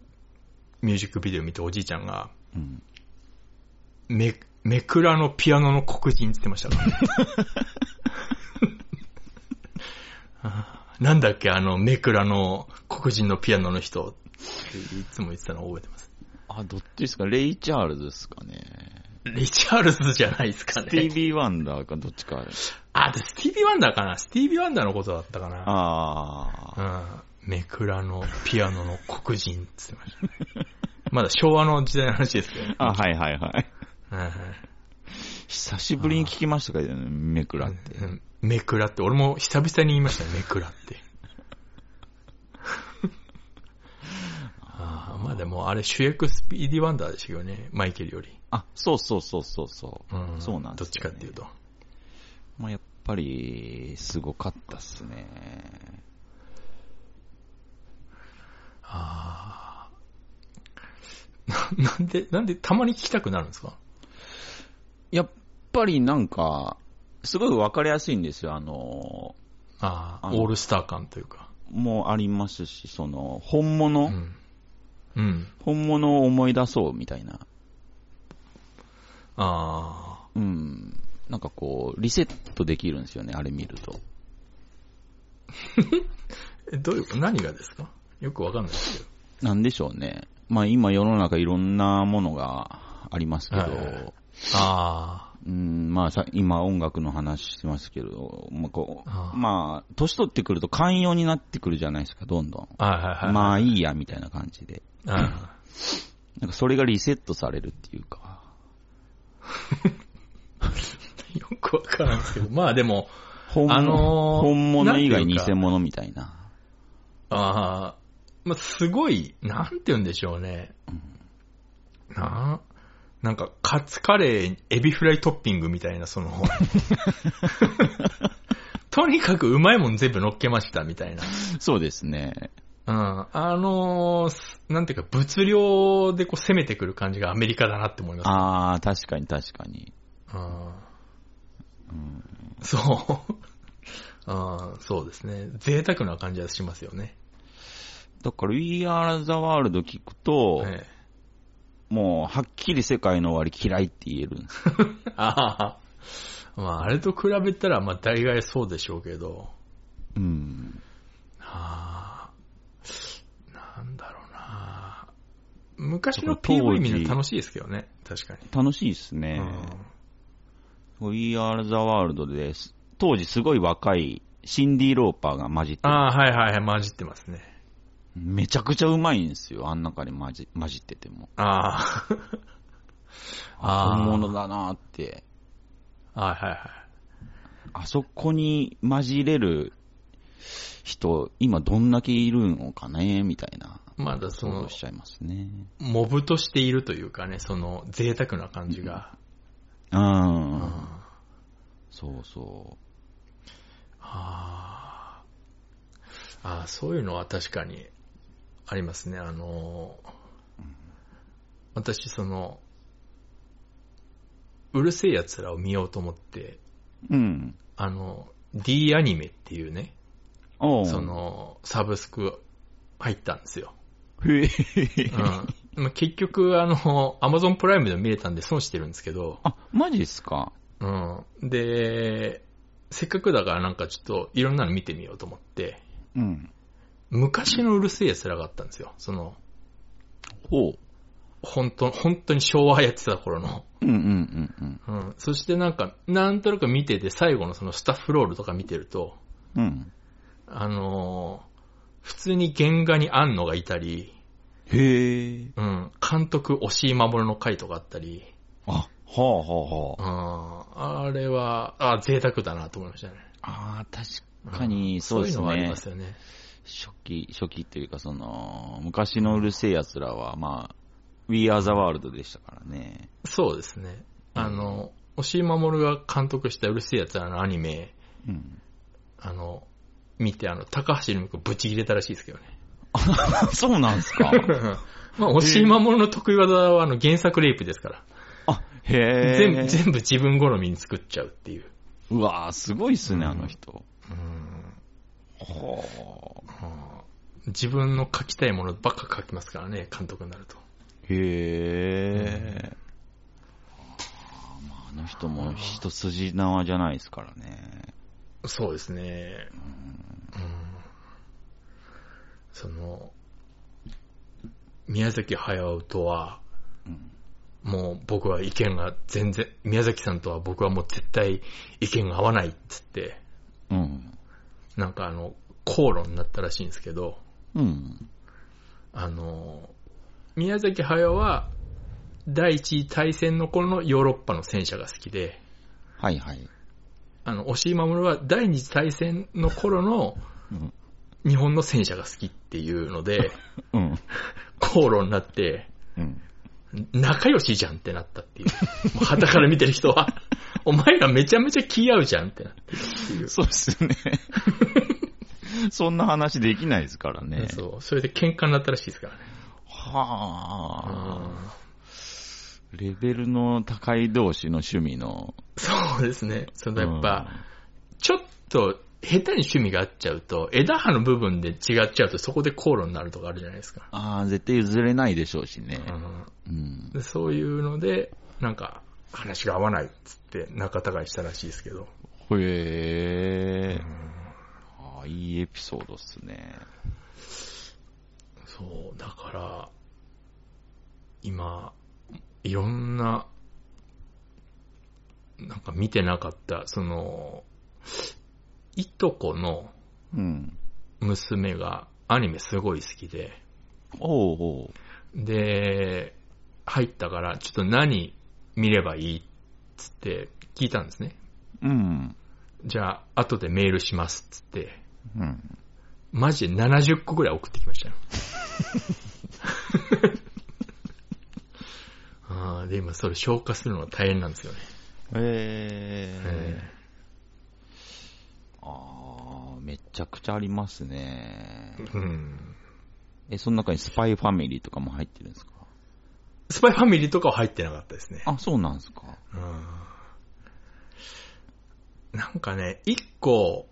ミュージックビデオ見ておじいちゃんが、うん。め、めくらのピアノの黒人って言ってました から、ね、あーなんだっけ、あの、めくらの黒人のピアノの人っていつも言ってたのを覚えてます。あ、どっちですかレイ・チャールズですかね。リチャールズじゃないですかスティーね。ビー・ワンダーかどっちか。あ、でスティービー・ワンダーかな。スティービー・ワンダーのことだったかな。ああ。うん。めくらのピアノの黒人って言ってましたね。まだ昭和の時代の話 ですけど。はいあ、はいはいはい。はい久しぶりに聞きましたけどね、めくらって。うんめくらって、俺も久々に言いましたね、めくらって。あーまあでもあれ主役スピーディーワンダーでしたけどね、マイケルより。あ、そうそうそうそうそう。そうなんですよねどっちかっていうと。まあ、やっぱり、すごかったっすね。あーな なんで、なんでたまに聞きたくなるんですかやっぱりなんか、すごいわかりやすいんですよ。あの、ああ、あのオールスター感というか。もありますし、その、本う物、ん。うん。本物を思い出そうみたいな。あうん。なんかこう、リセットできるんですよね、あれ見ると。あ。えどういうこと何がですかよくわかんないですけど。なんでしょうね。まあ今世の中いろんなものがありますけど、はいはいはいあうん、まあさ、今音楽の話してますけど、まあこう、ああまあ、年取ってくると寛容になってくるじゃないですか、どんどん。あ。はいはいはい。まあいいや、みたいな感じで。あ。なんかそれがリセットされるっていうか。よくわからんですけど。まあでも、本物、あのー本物以外なんていうか偽物みたいな。ああ、まあすごい、なんて言うんでしょうね。なあ。なんか、カツカレー、エビフライトッピングみたいな、そ の、とにかくうまいもん全部乗っけました、みたいな。そうですね。うん。あのーすなんていうか、物量でこう攻めてくる感じがアメリカだなって思います。ああ、確かに確かに。うんそう。うん そうですね。贅沢な感じはしますよね。だから We Are the World 聞くと、ええもうはっきり世界の終わり嫌いって言えるんです。 ああ。まあ、あれと比べたら、まあ、大概そうでしょうけど。うん。ああ。なんだろうな。昔の当時 PV 見るの楽しいですけどね。確かに。楽しいですね。We Are the World です。当時すごい若いシンディ・ローパーが混じってああ、る、はいはいはい、混じってますね。めちゃくちゃうまいんですよ。あん中に混じ混じってても。ああ。あー本物だなーって。はいはいはい。あそこに混じれる人、今どんだけいるのかねみたいな。まだそ想の像し、ちゃいますね。モブとしているというかね、その贅沢な感じが。うん。うんそうそあーあー、そういうのは確かにありますね。あのー、私、その、うるせえ奴らを見ようと思って、うん。あの、D アニメっていうね、おうそ、の、サブスク入ったんですよ。へえうん。まあ結局、あの、Amazon プライムでも見れたんで損してるんですけど、あ、マジですかうん。で、せっかくだからなんかちょっといろんなの見てみようと思って、うん。昔のうるせえ奴らがあったんですよ。その、ほう。本当、本当に昭和やってた頃の。うんうんうんうん。そしてなんか、なんとなく見てて、最後のそのスタッフロールとか見てると、うん。うん。あのー普通に原画に庵野がいたり、へえ。うん、監督押井守の回とかあったり、あ、はあはあはうん、あ。あれは、あ贅沢だなと思いましたね。ああ、確かに、そうですそういうのはありねま。すよね。初期、初期っていうか、その、昔のうるせえ奴らは、まあ、We Are the World でしたからね。そうですね。あの、押井守が監督したうるせえやつらのアニメ、うん。あの、見て、あの、高橋留美子ぶち切れたらしいですけどね。 そうなんですか まあ、押井守の得意技は、あの、原作レイプですから。 あ、へえ。全部、全部自分好みに作っちゃうっていう。うわーすごいっすね、あの人。うんはあ。自分の書きたいものばっか書きますからね、監督になると。へえ。あの人も一筋縄じゃないですからね。そうですね。うんその、宮崎駿とは、うん。もう僕は意見が全然、宮崎さんとは僕はもう絶対意見が合わないっつって、うん。なんかあの、口論になったらしいんですけど、うん。あの、宮崎駿は、第一次大戦の頃のヨーロッパの戦車が好きで、はいはい。あの、押井守は第二次大戦の頃のうん。日本の戦車が好きっていうので、うん。口論になって、うん。仲良しじゃんってなったっていう。もう旗から見てる人は、 お前らめちゃめちゃ気合うじゃんってなってるっていう。 そうっす ね。そんな話できないですからね。そう。それで喧嘩になったらしいですからね。はあ。レベルの高い同士の趣味の。そうですね。そのやっぱ、ちょっと、下手に趣味が合っちゃうと、枝葉の部分で違っちゃうと、そこで口論になるとかあるじゃないですか。ああ、絶対譲れないでしょうしね。うんうん。でそういうので、なんか、話が合わないっつって仲違いしたらしいですけど。へえ。ああ、いいエピソードっすね。そう、だから、今、いろんな、なんか見てなかった、その、いとこのうん。娘がアニメすごい好きで、おうおう。で、入ったから、ちょっと何見ればいいっつって聞いたんですね。うん。じゃあ、後でメールしますっつって、うん。マジで70個ぐらい送ってきま したよ。あーで、今それ消化するのが大変なんですよね。ええー、ああ、めちゃくちゃありますね。ーうんえ、その中にスパイファミリーとかも入ってるんですかスパイファミリーとかは入ってなかったですね。あ、そうなんですか。うんなんかね、一個、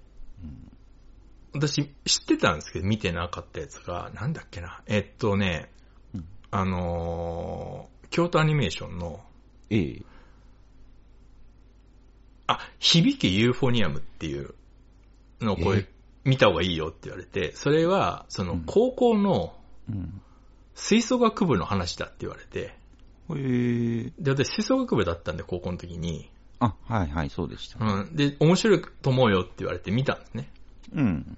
私知ってたんですけど、見てなかったやつが、なんだっけな。えっとねうん、あのー京都アニメーションの、ええ。あ、響きユーフォニアムっていうのをこれえ見た方がいいよって言われて、それは、そうのん高校のうん。吹奏楽部の話だって言われて、へえ。で、私吹奏楽部だったんで、高校の時に、あ、はいはい、そうでした。うん、で、面白いと思うよって言われて見たんですね。うん。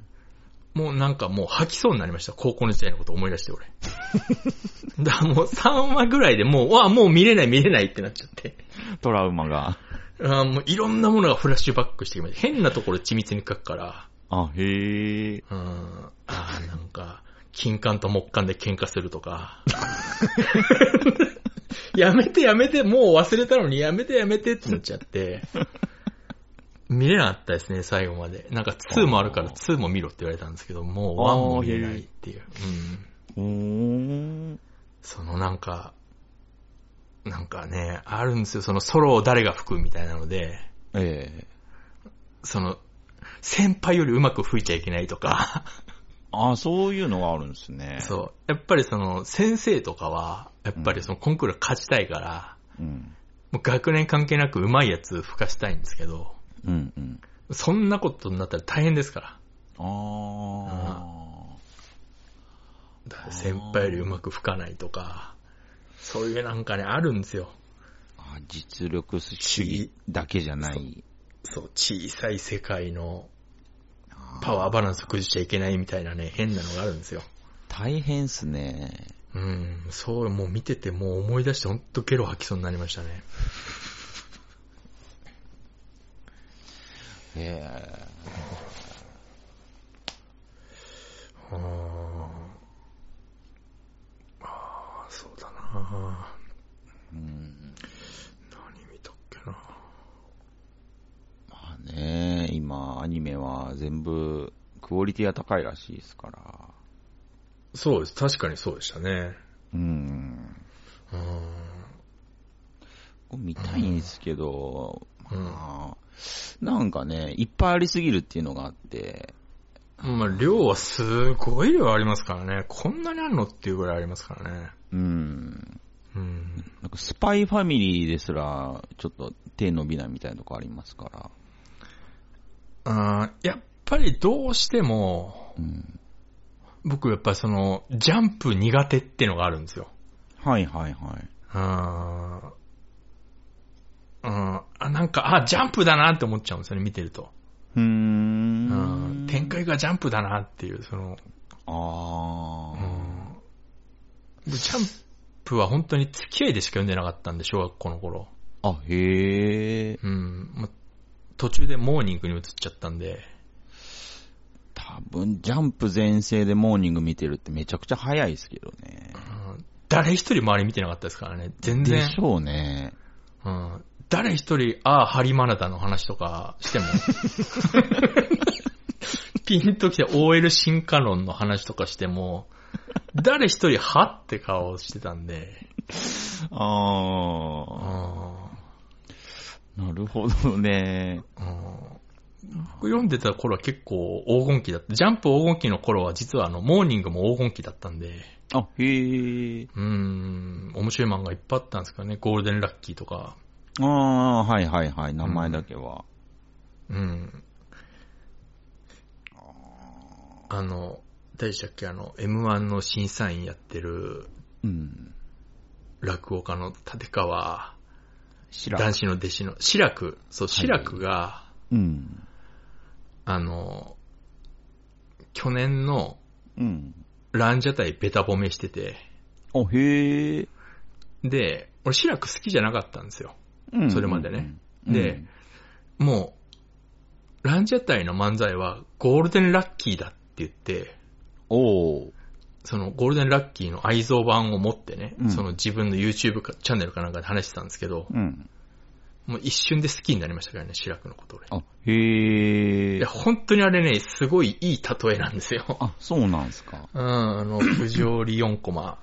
もうなんかもう吐きそうになりました。高校の時代のこと思い出して、俺。 だからもう3話ぐらいでもう、うわあ、もう見れない見れないってなっちゃって。トラウマが。あーもういろんなものがフラッシュバックしてきました。変なところ緻密に書くから。あ、へえ。うん。ああ、なんか、金管と木管で喧嘩するとか。 やめてやめて、もう忘れたのにやめてやめてってなっちゃって。見れなかったですね、最後まで。なんか2もあるから2も見ろって言われたんですけど、もう1も見れないっていう。うん。おー。そのなんか、なんかね、あるんですよ。そのソロを誰が吹くみたいなので、ええその、先輩よりうまく吹いちゃいけないとか、ああ、そういうのがあるんですね。う。そう。やっぱりその、先生とかは、やっぱりそのコンクール勝ちたいから、うん。もう学年関係なくうまいやつ吹かしたいんですけど、うんうん。そんなことになったら大変ですから。あだから先輩よりうまく吹かないとか、そういうなんかね、あるんですよ。あ。あ実力主義だけじゃない。そう、小さい世界のパワーバランス崩しちゃいけないみたいなね、変なのがあるんですよ。大変っすね。うん、そう、もう見てて、もう思い出して、ほんとゲロ吐きそうになりましたね。ええあーあー、そうだなうん。何見たっけなまあね、今、アニメは全部、クオリティが高いらしいですから。そうです、確かにそうでしたね。うん。うん。これ見たいんですけど、うんまあ、なんかね、いっぱいありすぎるっていうのがあって、まあ、量はすごい量ありますからね。こんなにあるのっていうぐらいありますからね。うん。うん。なんかスパイファミリーですら、ちょっと手伸びないみたいなとこありますから。あーやっぱりどうしても、うん。僕やっぱその、ジャンプ苦手ってのがあるんですよ。はいはいはい。あーうん、あなんか、あ、ジャンプだなって思っちゃうんですよね、見てると。うーうんん。展開がジャンプだなっていう、その、あうあ、んでジャンプは本当に付き合いでしか読んでなかったんで、小学校の頃。あ、へえ。うん、ま途中でモーニングに移っちゃったんで、多分、ジャンプ全盛でモーニング見てるってめちゃくちゃ早いですけどね。うん誰一人周り見てなかったですからね、全で然。しょうね。うん、誰一人、ああ、ハリマナダの話とかしても、ピンときて OL 進化論の話とかしても、誰一人はって顔をしてたんで、うあんあ、なるほどね。うん僕読んでた頃は結構黄金期だった。ジャンプ黄金期の頃は実はあの、モーニングも黄金期だったんで、あ、へえ。うん、面白い漫画いっぱいあったんですけどね、ゴールデンラッキーとか。ああ、はいはいはい、名前だけは。うん。あの、誰でしたっけ、あの、M1 の審査員やってるうん。落語家の立川、知ら男ん。子の弟子の、志らく、そう、志らくが、うん。あの、去年のうん。ランジャタイベタ褒めしてて、あ、へえ。で、俺志らく好きじゃなかったんですよ。うんそれまでね。うんで、もう、ランジャタイの漫才はゴールデンラッキーだって言って、おーそのゴールデンラッキーの愛蔵版を持ってね、うんその自分の YouTube かチャンネルかなんかで話してたんですけど、うん。もう一瞬で好きになりましたからね、志らくのこと俺。あ、へいえや、。本当にあれね、すごいいい例えなんですよ。あ、そうなんすか。うん、あの、不条理4コマ。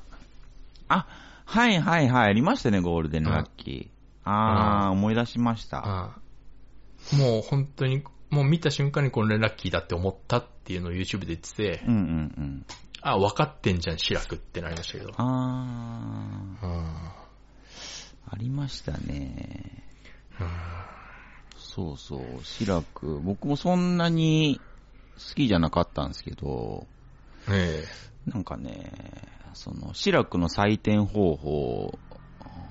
あ、はいはいはい、ありましたね、ゴールデンラッキー。 ああ、思い出しました。うんもう本当に、もう見た瞬間にゴールデンラッキーだって思ったっていうのを YouTube で言ってて、うんうんうん。あ、分かってんじゃん、志らくってなりましたけど。あうんあ、ありましたね。そうそう、シラク。僕もそんなに好きじゃなかったんですけど、えなんかね、その、シラクの採点方法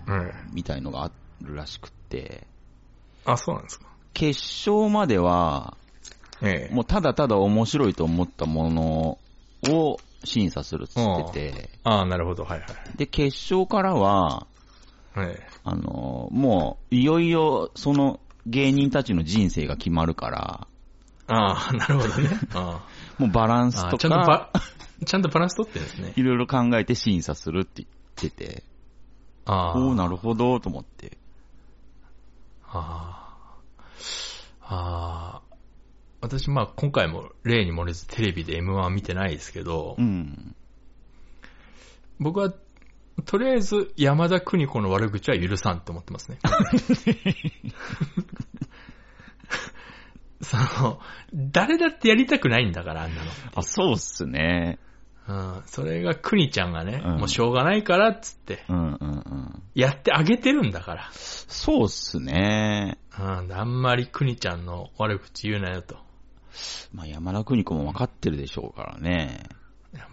え。うん。みたいのがあるらしくって、あ、そうなんですか。決勝までは、ええ。もうただただ面白いと思ったものを審査するっつってて、ああ、なるほど、はいはい。で、決勝からは、ええ。あの、もう、いよいよ、その芸人たちの人生が決まるから、ああ、なるほ どね。あもうバランあスあとあちゃんとかば、 ちゃんとバランス取ってるんですね。いろいろ考えて審査するって言ってて、ああ。おおなるほど、と思って。ああ。ああ。私、まあ今回も例に漏れずテレビで M1 見てないですけどう、ん。僕はとりあえず山田邦子の悪口は許さんと思ってます ね。その、誰だってやりたくないんだから、あんなの。あ、そうっすね。うん、それが国ちゃんがね、うんもうしょうがないからっつって、うんうんうん。やってあげてるんだから。そうっすね。うん、あんまり国ちゃんの悪口言うなよと。まあ、山田邦子も分かってるでしょうからね。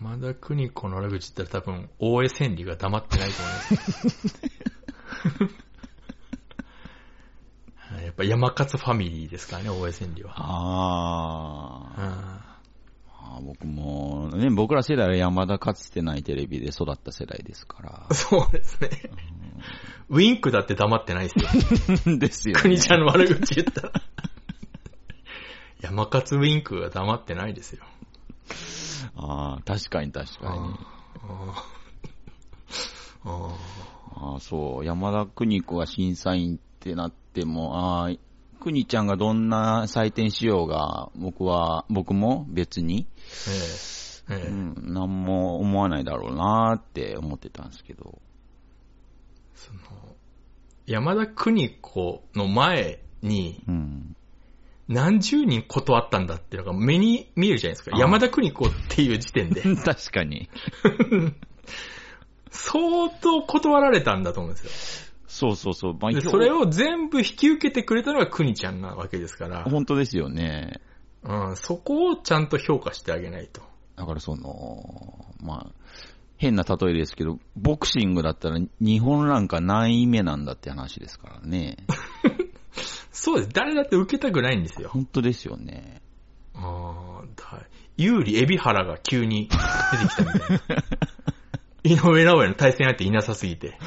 山田邦子の悪口言ったら多分、大江千里が黙ってないと思い ます。はいやっぱ山勝ファミリーですからね、大江千里は。あうー。んあー僕も、ね、僕ら世代は山田かつてないテレビで育った世代です かそうですね。ウィンクだって黙ってないです よ。ら。ですよ、ね。国ちゃんの悪口言ったら。山勝ウィンクが黙ってないですよ。ああ、確かに確かに。あーあああ、そう。山田邦子が審査員ってなっても、ああ、邦ちゃんがどんな採点しようが、僕は、僕も別に、ーええええうん、何も思わないだろうなーって思ってたんですけど。その山田邦子の前にうん。何十人断ったんだっていうのが目に見えるじゃないですか。あー山田邦子っていう時点で 確かに。相当断られたんだと思うんですよ。そうそうそう。まあで一応それを全部引き受けてくれたのが邦ちゃんなわけですから。本当ですよね。うん、そこをちゃんと評価してあげないと。だからその、まあ、変な例えですけど、ボクシングだったら日本なんか何位目なんだって話ですから ね。そうです。誰だって受けたくないんですよ。本当ですよね。あーだ有利海老原が急に出てきたみたいな。井上直弥の対戦相手いなさすぎて。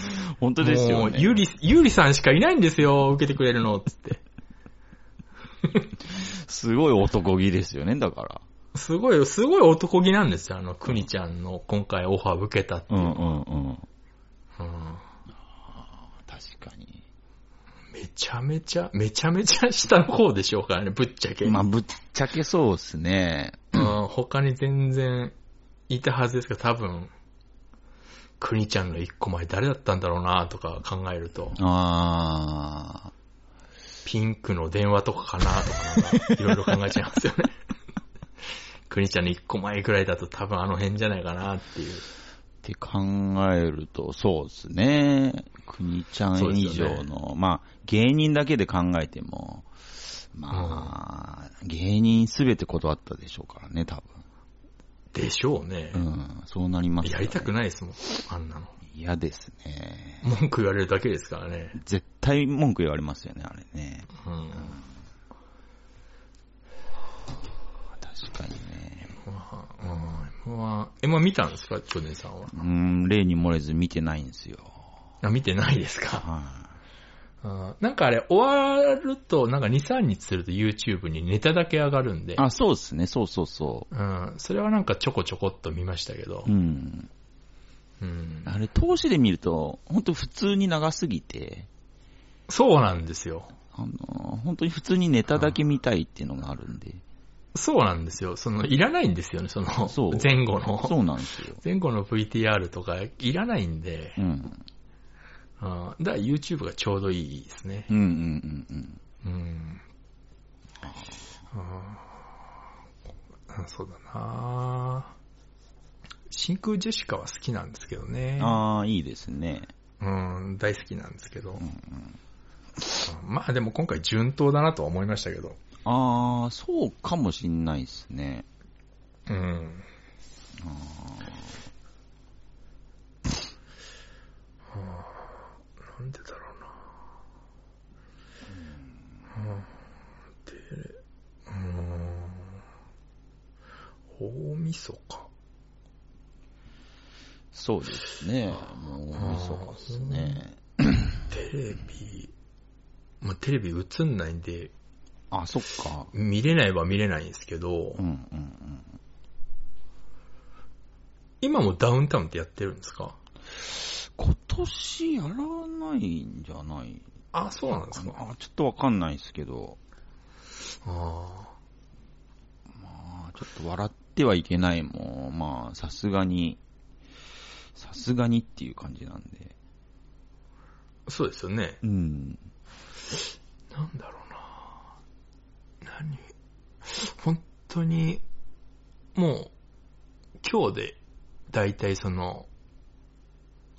本当ですよもうね。ゆり、ゆりさんしかいないんですよ、受けてくれるの、つって。すごい男気ですよね、だから。すごい、すごい男気なんですよ、あの、くにちゃんの今回オファー受けたってういんううんのは。うん。うん確かに。めちゃめちゃ、めちゃめちゃ下の方でしょうからね、ぶっちゃけ。まあ、ぶっちゃけそうですね。うん、他に全然いたはずですけど、多分、くにちゃんの一個前誰だったんだろうなとか考えると、ああ。ピンクの電話とかかなとかなんか、いろいろ考えちゃいます よね。くにちゃんの一個前ぐらいだと多分あの辺じゃないかなっていう。って考えると、そうですね。国ちゃん以そ上うですの、まあ、芸人だけで考えても、まあ、芸人すべて断ったでしょうからね、多でしょうね。分。うん、そうなりますよやねりたくないですもん、あんなの。嫌ですね。文句言われるだけですからね。絶対文句言われますよね、あれね。うん。確かにね。まあ、うん。まあ、今見たんですか、巨人さんは。うん、例に漏れず見てないんですよ。あ、見てないですか。はあーなんかあれ、終わると、なんか2、3日すると YouTube にネタだけ上がるんでい。、あ、そうですね、そうそうそうん、それはなんかちょこちょこっと見ましたけどう。う、ん。うん、あれ、投資で見ると、本当普通に長すぎて、そうなんですよ。あの、本当に普通にネタだけ見たいっていうのがあるんで。そうなんですよ。その、いらないんですよね、そのそう、前後の。そうなんですよ。前後の VTR とかいらないんでう、ん。うん、だから YouTube がちょうどいいですねう。んうんうんうん。うん。うん、そうだな真空ジェシカは好きなんですけどね。ああ、いいですね。うん、大好きなんですけど。うんうん、まあでも今回順当だなとは思いましたけど。ああ、そうかもしんないですね。うん。なんでだろうな。うん。で、うん。大晦日。そうですね。もう大晦日ですね。テレビ、まあ、テレビ映んないんで、あ、そっか。見れないは見れないんですけど、うんうんうん。今もダウンタウンってやってるんですか今年やらないんじゃないあ、そうなんでかすなか。あちょっとわかんないですけど。あまあ、ちょっと笑ってはいけないもん。まあ、さすがに、さすがにっていう感じなんで。そうですよね。うん。なんだろうな何本当に、もう、今日で、だいたいその、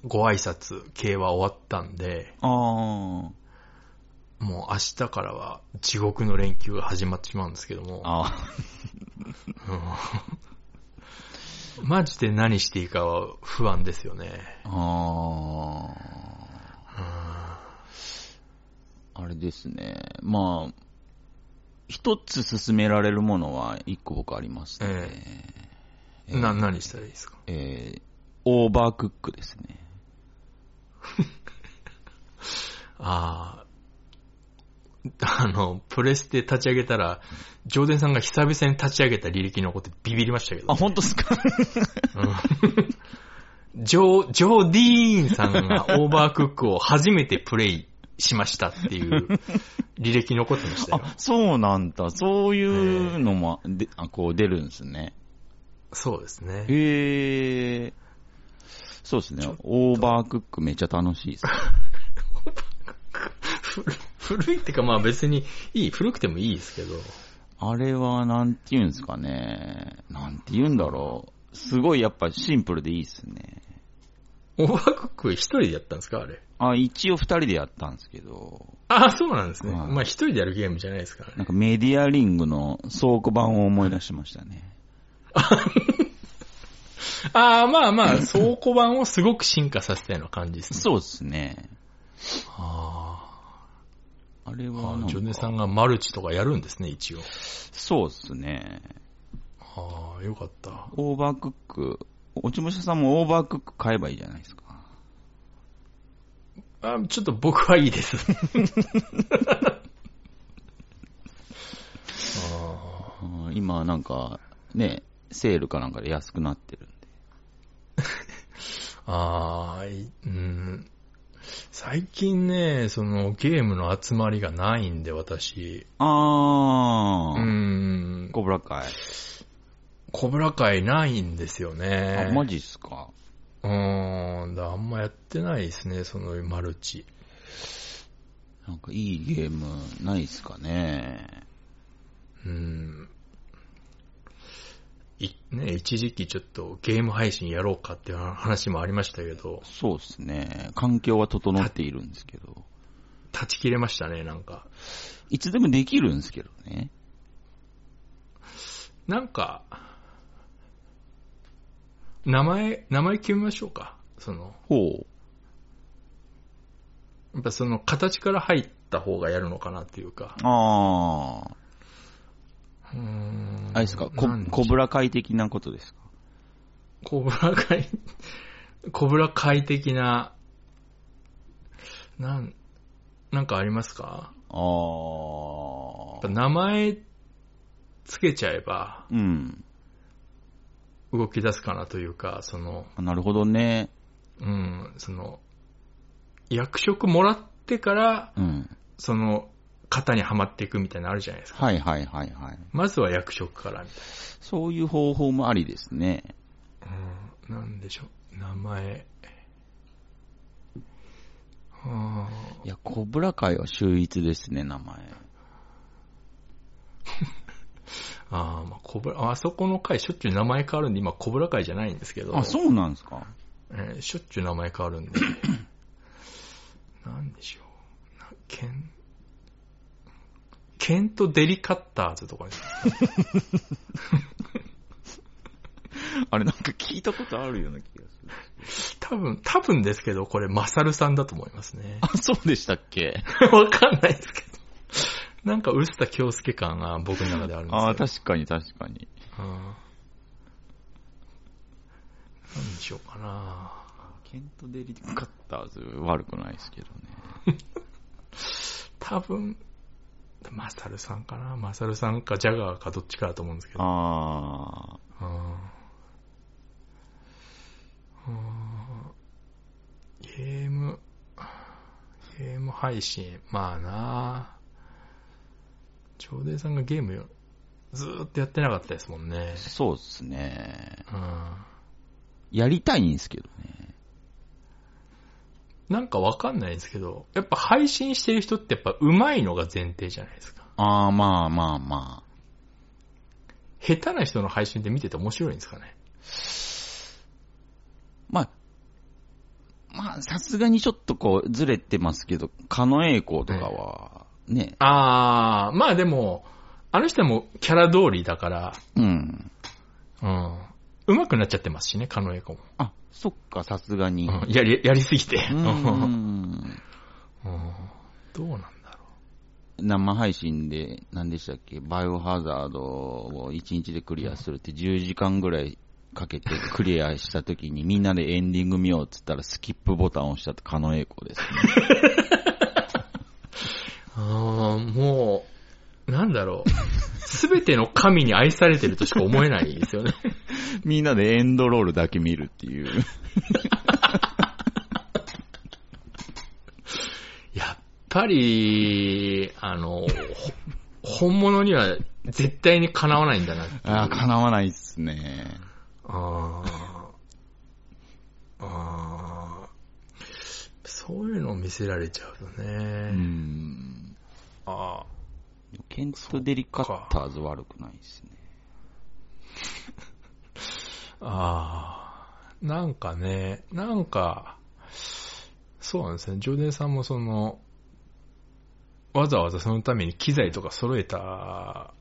ご挨拶系は終わったんで、あもう明日からは地獄の連休が始まってしまうんですけどもあ。、あうん マジで何していいかは不安ですよね。あ。ああ。あれですね。まあ、一つ勧められるものは一個僕ありまして、えーな、何したらいいですかえーオーバークックですね。あ あ、あの、プレスで立ち上げたら、ジョーデンさんが久々に立ち上げた履歴のことビビりましたけどあ、。本当ですか ジョー、ジョーディーンさんがオーバークックを初めてプレイしましたっていう履歴残ってましたよ。 あ、そうなんだ。そういうのも、であこう出るんですね。そうですね。へえー。そうですね。オーバークックめっちゃ楽しいです。古い古いってかまあ別にいい、古くてもいいですけど。あれは、なんて言うんですかね。なんて言うんだろう。すごいやっぱシンプルでいいですね。オーバークック一人でやったんですかあれ。あ、一応二人でやったんですけど、ああ、そうなんですね。はいまあ一人でやるゲームじゃないですからなんね。かメディアリングの倉庫版を思い出しましたね。ああ、まあまあ、倉庫版をすごく進化させたような感じですね。そうですね。ああれはなんあ、かジョネさんがマルチとかやるんですね、一応。そうですね。ああ、よかった。オーバークック、落ち武者さんもオーバークック買えばいいじゃないですか。あちょっと僕はいいです。 ああー今なんか、ね、セールかなんかで安くなってるんで。ーあー、いうん、最近ね、そのゲームの集まりがないんで私、あうー、ん、コブラ会。コブラ会ないんですよねあ、。マジっすか。うん、だあんまやってないですね、そのマルチ。なんかいいゲームないっすかね。うん。いね、一時期ちょっとゲーム配信やろうかっていう話もありましたけど、そうっすね。環境は整っているんですけど。断ち切れましたね、なんか。いつでもできるんですけどね。なんか、名前、名前決めましょうか。その、ほう。やっぱその形から入った方がやるのかなっていうか。あー。うーんあれですか、こなんでコブラ会的なことですか。コブラ会、コブラ会的な、なん、なんかありますかあーやっぱ。名前つけちゃえばうん。動き出すかなというか、その、あなるほどね。うん、その、役職もらってから、うん。その、型にはまっていくみたいなのあるじゃないですか。はいはいはいはい。まずは役職からみたいそういう方法もありですね。な。うん、なんでしょう。名前。あいや、コブラ会は秀逸ですね、名前。ーあー、まあ、コブラ、あそこの回しょっちゅう名前変わるんで、今、コブラ会じゃないんですけど、あ、そうなんですかえーしょっちゅう名前変わる んで、なんでしょう。なケン、ケント・デリカッターズとかですあれなんか聞いたことあるような気がする。多分、多分ですけど、これ、マサルさんだと思いますね。あ、そうでしたっけ わかんないですけど。なんか、臼田京介感が僕の中であるんですよ。あー、確かに確かに。うん何にしようかな。ケント・デリカッターズ悪くないですけどね。多分、マサルさんかな。マサルさんかジャガーかどっちかだと思うんですけど。あうんうんゲーム、ゲーム配信、まあな長平さんがゲームよずーっとやってなかったですもんねー、。そうっすね。うんやりたいんですけどね。なんかわかんないですけど、やっぱ配信してる人ってやっぱ上手いのが前提じゃないですか。ああ、まあまあまあ。下手な人の配信って見てて面白いんですかね。まあ、まあ、さすがにちょっとこう、ずれてますけど、狩野英孝とかは、ね、あー、まあでも、あの人はもうキャラ通りだから、うん。うん。上手くなっちゃってますしね、カノエコも。あ、そっか、さすが に。うんやり、やりすぎて。うん。うんどうなんだろ生配信で、何でしたっけ、バイオハザードを1日でクリアするって10時間ぐらいかけてクリアした時に みんなでエンディング見ようって言ったらスキップボタンを押したって狩野英孝ですね。う。あーもう、なんだろう。すべての神に愛されてるとしか思えないですよね。 みんなでエンドロールだけ見るっていう。 やっぱり、あの、ほ本物には絶対にかなわないんだなっていう。ああ、叶わないっすね。あーあーそういうのを見せられちゃうとうね。ん。ああケント・デリカッターズ悪くないですね。ああ、なんかね、なんか、そうなんですね。ジョーデンさんもその、わざわざそのために機材とか揃えた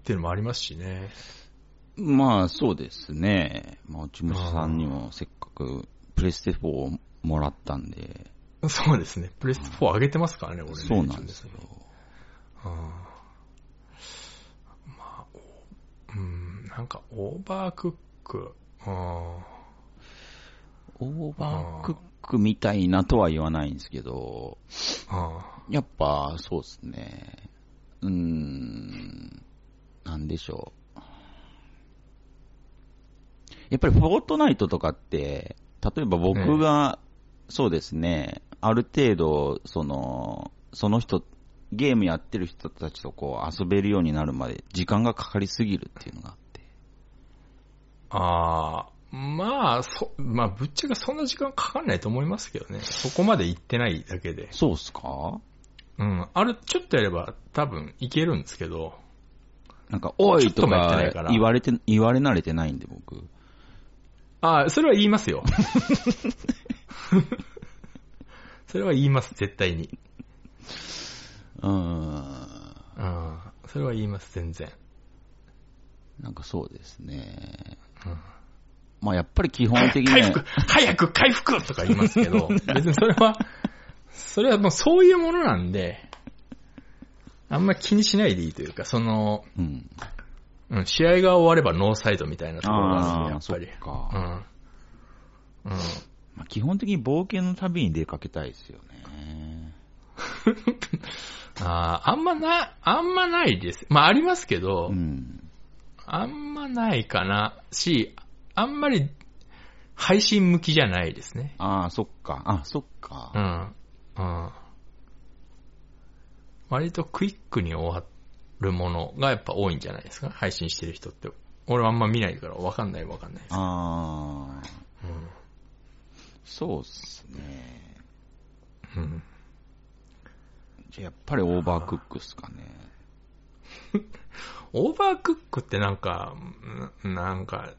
っていうのもありますしね。まあ、そうですね。まあ、ちむしさんにもせっかくプレステ4をもらったんで、そうですね。プレステ4上げてますからね、俺ね。そうなんですよ。うん。まあ、おうん、なんかオーバークック。うんオーバークックみたいなとは言わないんですけど、あやっぱ、そうですね。うーん、なんでしょう。やっぱりフォートナイトとかって、例えば僕が、そうですね、ある程度、その、その人、ゲームやってる人たちとこう遊べるようになるまで時間がかかりすぎるっていうのがあって。あー、まあ、そ、まあ、ぶっちゃけそんな時間かかんないと思いますけどね。そこまで行ってないだけで。そうっすかうん。あれ、ちょっとやれば多分いけるんですけど、なんか、おいちとょっともやってないかから言われて、言われ慣れてないんで僕。ああ、それは言いますよ。それは言います、絶対に。うーん。うん。それは言います、全然。なんかそうですね。うんまあやっぱり基本的に回は復、 早く回復とか言いますけど、別にそれは、それはもうそういうものなんで、あんま気にしないでいいというか、その、うん。うん、試合が終わればノーサイドみたいなところがあるあんあ、で、そやっっぱり。か。うん。うん。まあ、基本的に冒険の旅に出かけたいですよね。ああ、あんまな、あんまないです。まあありますけど、うん。あんまないかな。し、あんまり配信向きじゃないですね。ああ、そっか。あ、そっうか。ん。うん。割とクイックに終わるものがやっぱ多いんじゃないですか配信してる人って。俺はあんま見ないからわかんないわかんないです。ああ、うんそうっすね。うん。じゃあやっぱりオーバークックっすかね。オーバークックってなんか、んなんか、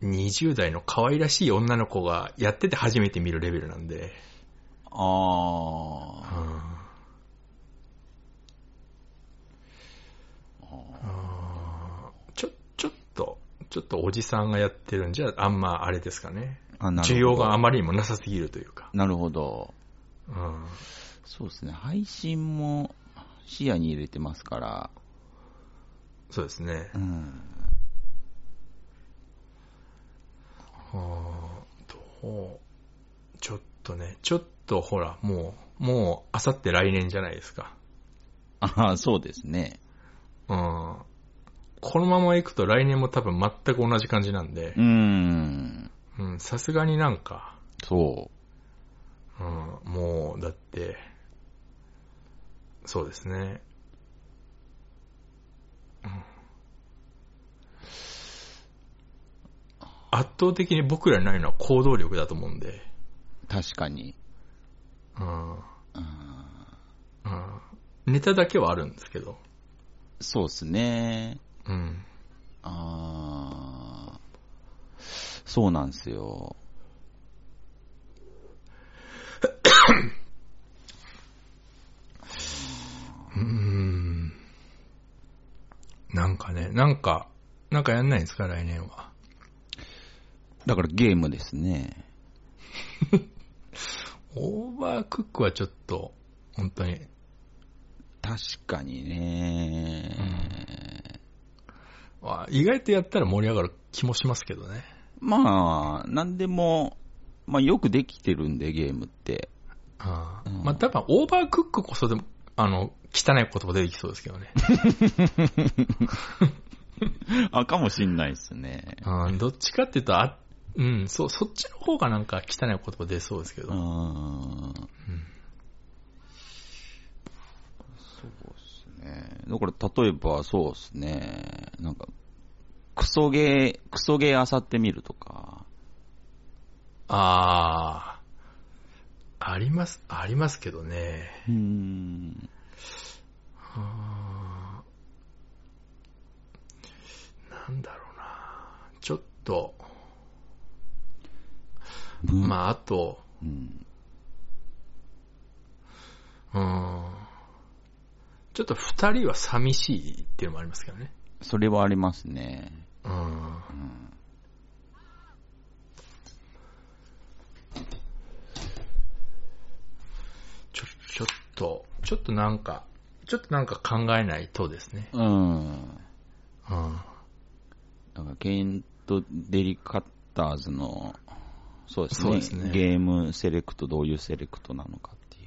20代の可愛らしい女の子がやってて初めて見るレベルなんで。ああ、ちょ、ちょっと、ちょっとおじさんがやってるんじゃ、あんまあれですかね。あなるほど。需要があまりにもなさすぎるというか。なるほど。うん。そうですね。配信も視野に入れてますから。そうですね。うん。あーどうちょっとね、ちょっとほら、もう、もう、あさって来年じゃないですか。ああ、そうですね。うん。このまま行くと来年も多分全く同じ感じなんでう、ーん。うん、さすがになんか、そう。うん、もう、だって、そうですね。うん圧倒的に僕らにないのは行動力だと思うんで、確かに。うん。うん。うんネタだけはあるんですけど。そうですね。うん。あーそうなんですよ。うーん。なんかね、なんか、なんかやんないんですか、来年は。だからゲームですね。オーバークックはちょっと、本当に、確かにね。あ意外とやったら盛り上がる気もしますけどね。まあ、なんでも、まあよくできてるんで、ゲームって。あうんまあ、多分、オーバークックこそでも、あの、汚い言葉出てきそうですけどね。あ、かもしんないですね。うん、どっちかっていうと、あ、うん、そ、そっちの方がなんか汚い言葉出そうですけど。うーうんん。そうですね。だから例えばそうですね。なんか、クソゲー、クソゲーあさってみるとか。ああ、あります、ありますけどね。うーん。あーなんだろうな。ちょっと、まあ、あと、うん。うん。ちょっと二人は寂しいっていうのもありますけどね。それはありますね。うん。うん。ちょ、ちょっと、ちょっとなんか、ちょっとなんか考えないとですね。うん。うん。だから、ケインとデリカッターズの、そうですね。そうですねゲームセレクト、どういうセレクトなのかっていう。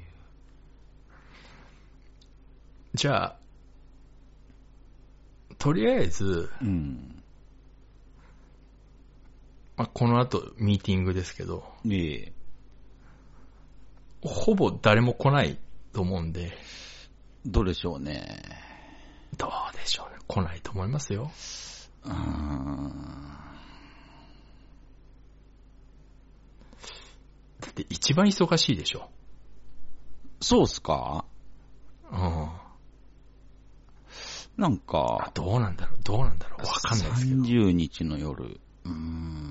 じゃあ、とりあえず、うん。まあ、この後ミーティングですけど、ええ。ほぼ誰も来ないと思うんで、どうでしょうね。どうでしょうね。来ないと思いますよ。うーん。だって一番忙しいでしょ。そうっすかうん。なんか、どうなんだろうどうなんだろうわかんないですけど。 30日の夜。うーん。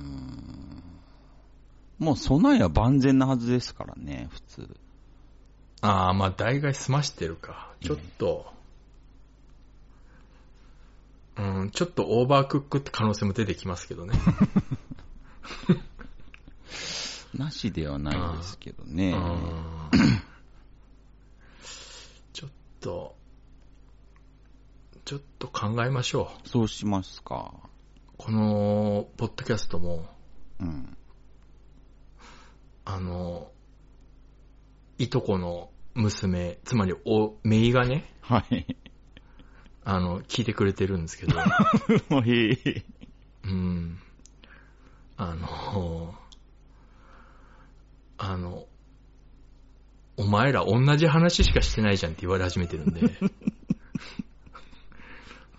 もう備えは万全なはずですからね、普通。ああ、まあ、大概済ましてるか。ちょっと、うん、ちょっとオーバークックって可能性も出てきますけどね。なしではないですけどね。 うんちょっと、ちょっと考えましょう。そうしますか。この、ポッドキャストも、うん。あの、いとこの娘、つまりお、めいがね、はい。 あの、聞いてくれてるんですけど、もういい。うん。あの、あの、お前ら同じ話しかしてないじゃんって言われ始めてる んで、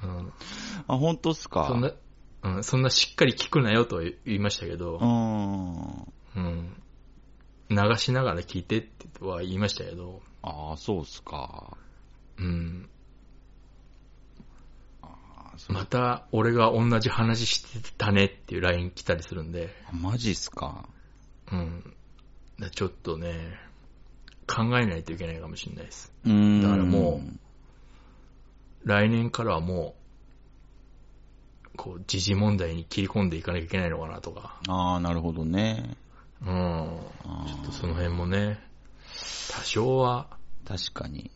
うん、あ、本当っすかそんな、うん、そんなしっかり聞くなよとは言いましたけうど、ーん。うん、流しながら聞いてっては言いましたけど、ああ、そうっすか。うん、あそうまた俺が同じ話してたねっていう LINE 来たりするんで、マジっすか。うん。だちょっとね、考えないといけないかもしれないです。うーん。だからも来年からはもう、こう、時事問題に切り込んでいかなきゃいけないのかなとか、ああ、なるほどね。うん。あーちょっとその辺もね、多少は確かに。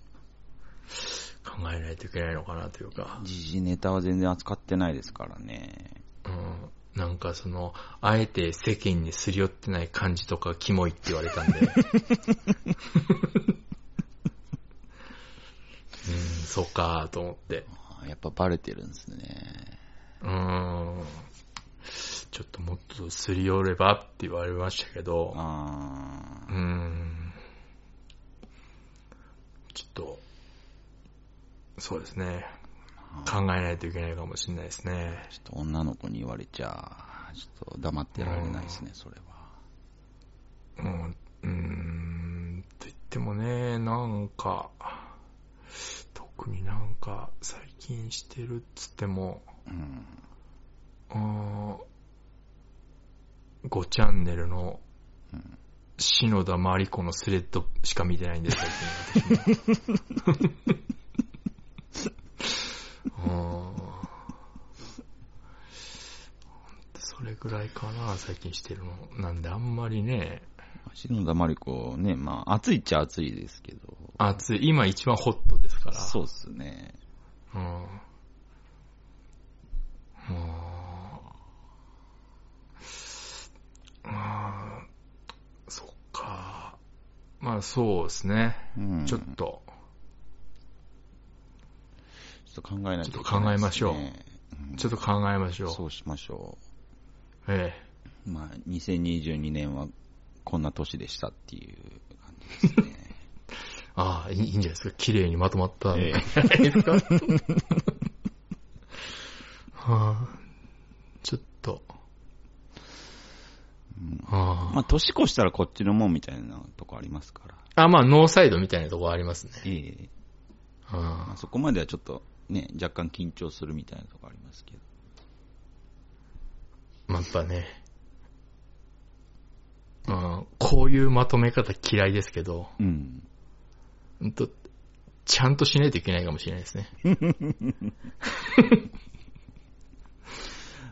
考えないといけないのかなというか、時事ネタは全然扱ってないですからね。うん。なんかその、あえて世間にすり寄ってない感じとか、キモいって言われたんで。うん、そうかと思って。あーやっぱバレてるんですね。うーんちょっともっとすり寄ればって言われましたけど、あうーん。ちょっと、そうですね。考えないといけないかもしれないですね。あ、ちょっと女の子に言われちゃ、ちょっと黙ってられないですね、それは。うん。うんしてもね、なんか、特になんか、最近してるっつっても、うん。うーん、5チャンネルのうん、篠田麻里子のスレッドしか見てないんですよ、最近私もうーんほんとそれぐらいかな、最近してるの。なんであんまりね、篠田麻里子ね、まあ、暑いっちゃ暑いですけど。暑い、今一番ホットですから。そうっすね。うん。もう、あーそっか。まあそうですね。うん。ちょっと、ちょっと考えないといけないですね、ちょっと考えましょうちょっと考えましうょんう。そうしましょえう。まあ、2022年はこんな年でしたっていう感じですね。え。ああ、いいいいんじゃないですか。綺麗にまとまったんえじえゃないですか。はあ、ちょっと。はまあ、年越したらこっちのもんみたいなとこありますから。あ、あ、まあ、ノーサイドみたいなとこありますね。ええはまああ、そこまではちょっとね、若干緊張するみたいなとこありますけど。まあやっぱね、うん、こういうまとめ方嫌いですけど、うん。ほんとちゃんとしないといけないかもしれないですね。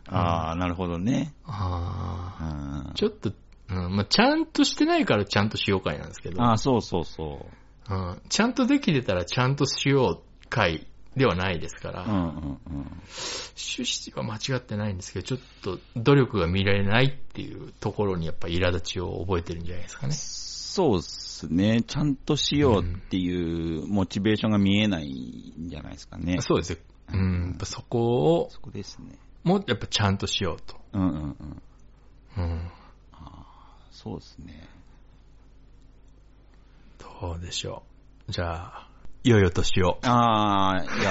ああ、なるほどね。あああ、ちょっと、うんまあ、ちゃんとしてないからちゃんとしよう会なんですけど、あー、そうそうそう。うん、ちゃんとできてたらちゃんとしよう会ではないですから、うんうんうん。趣旨は間違ってないんですけど、ちょっと努力が見られないっていうところにやっぱ苛立ちを覚えてるんじゃないですかね。そうっすね。ちゃんとしようっていうモチベーションが見えないんじゃないですかね。そうですよ。うん、やっぱそこをそこですね。もやっぱちゃんとしようと。うんうんううん。んそうですね。どうでしょう。じゃあ、良いお年を。 ああ、いや、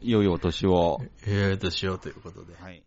良いお年を。良いお年をということで。はい。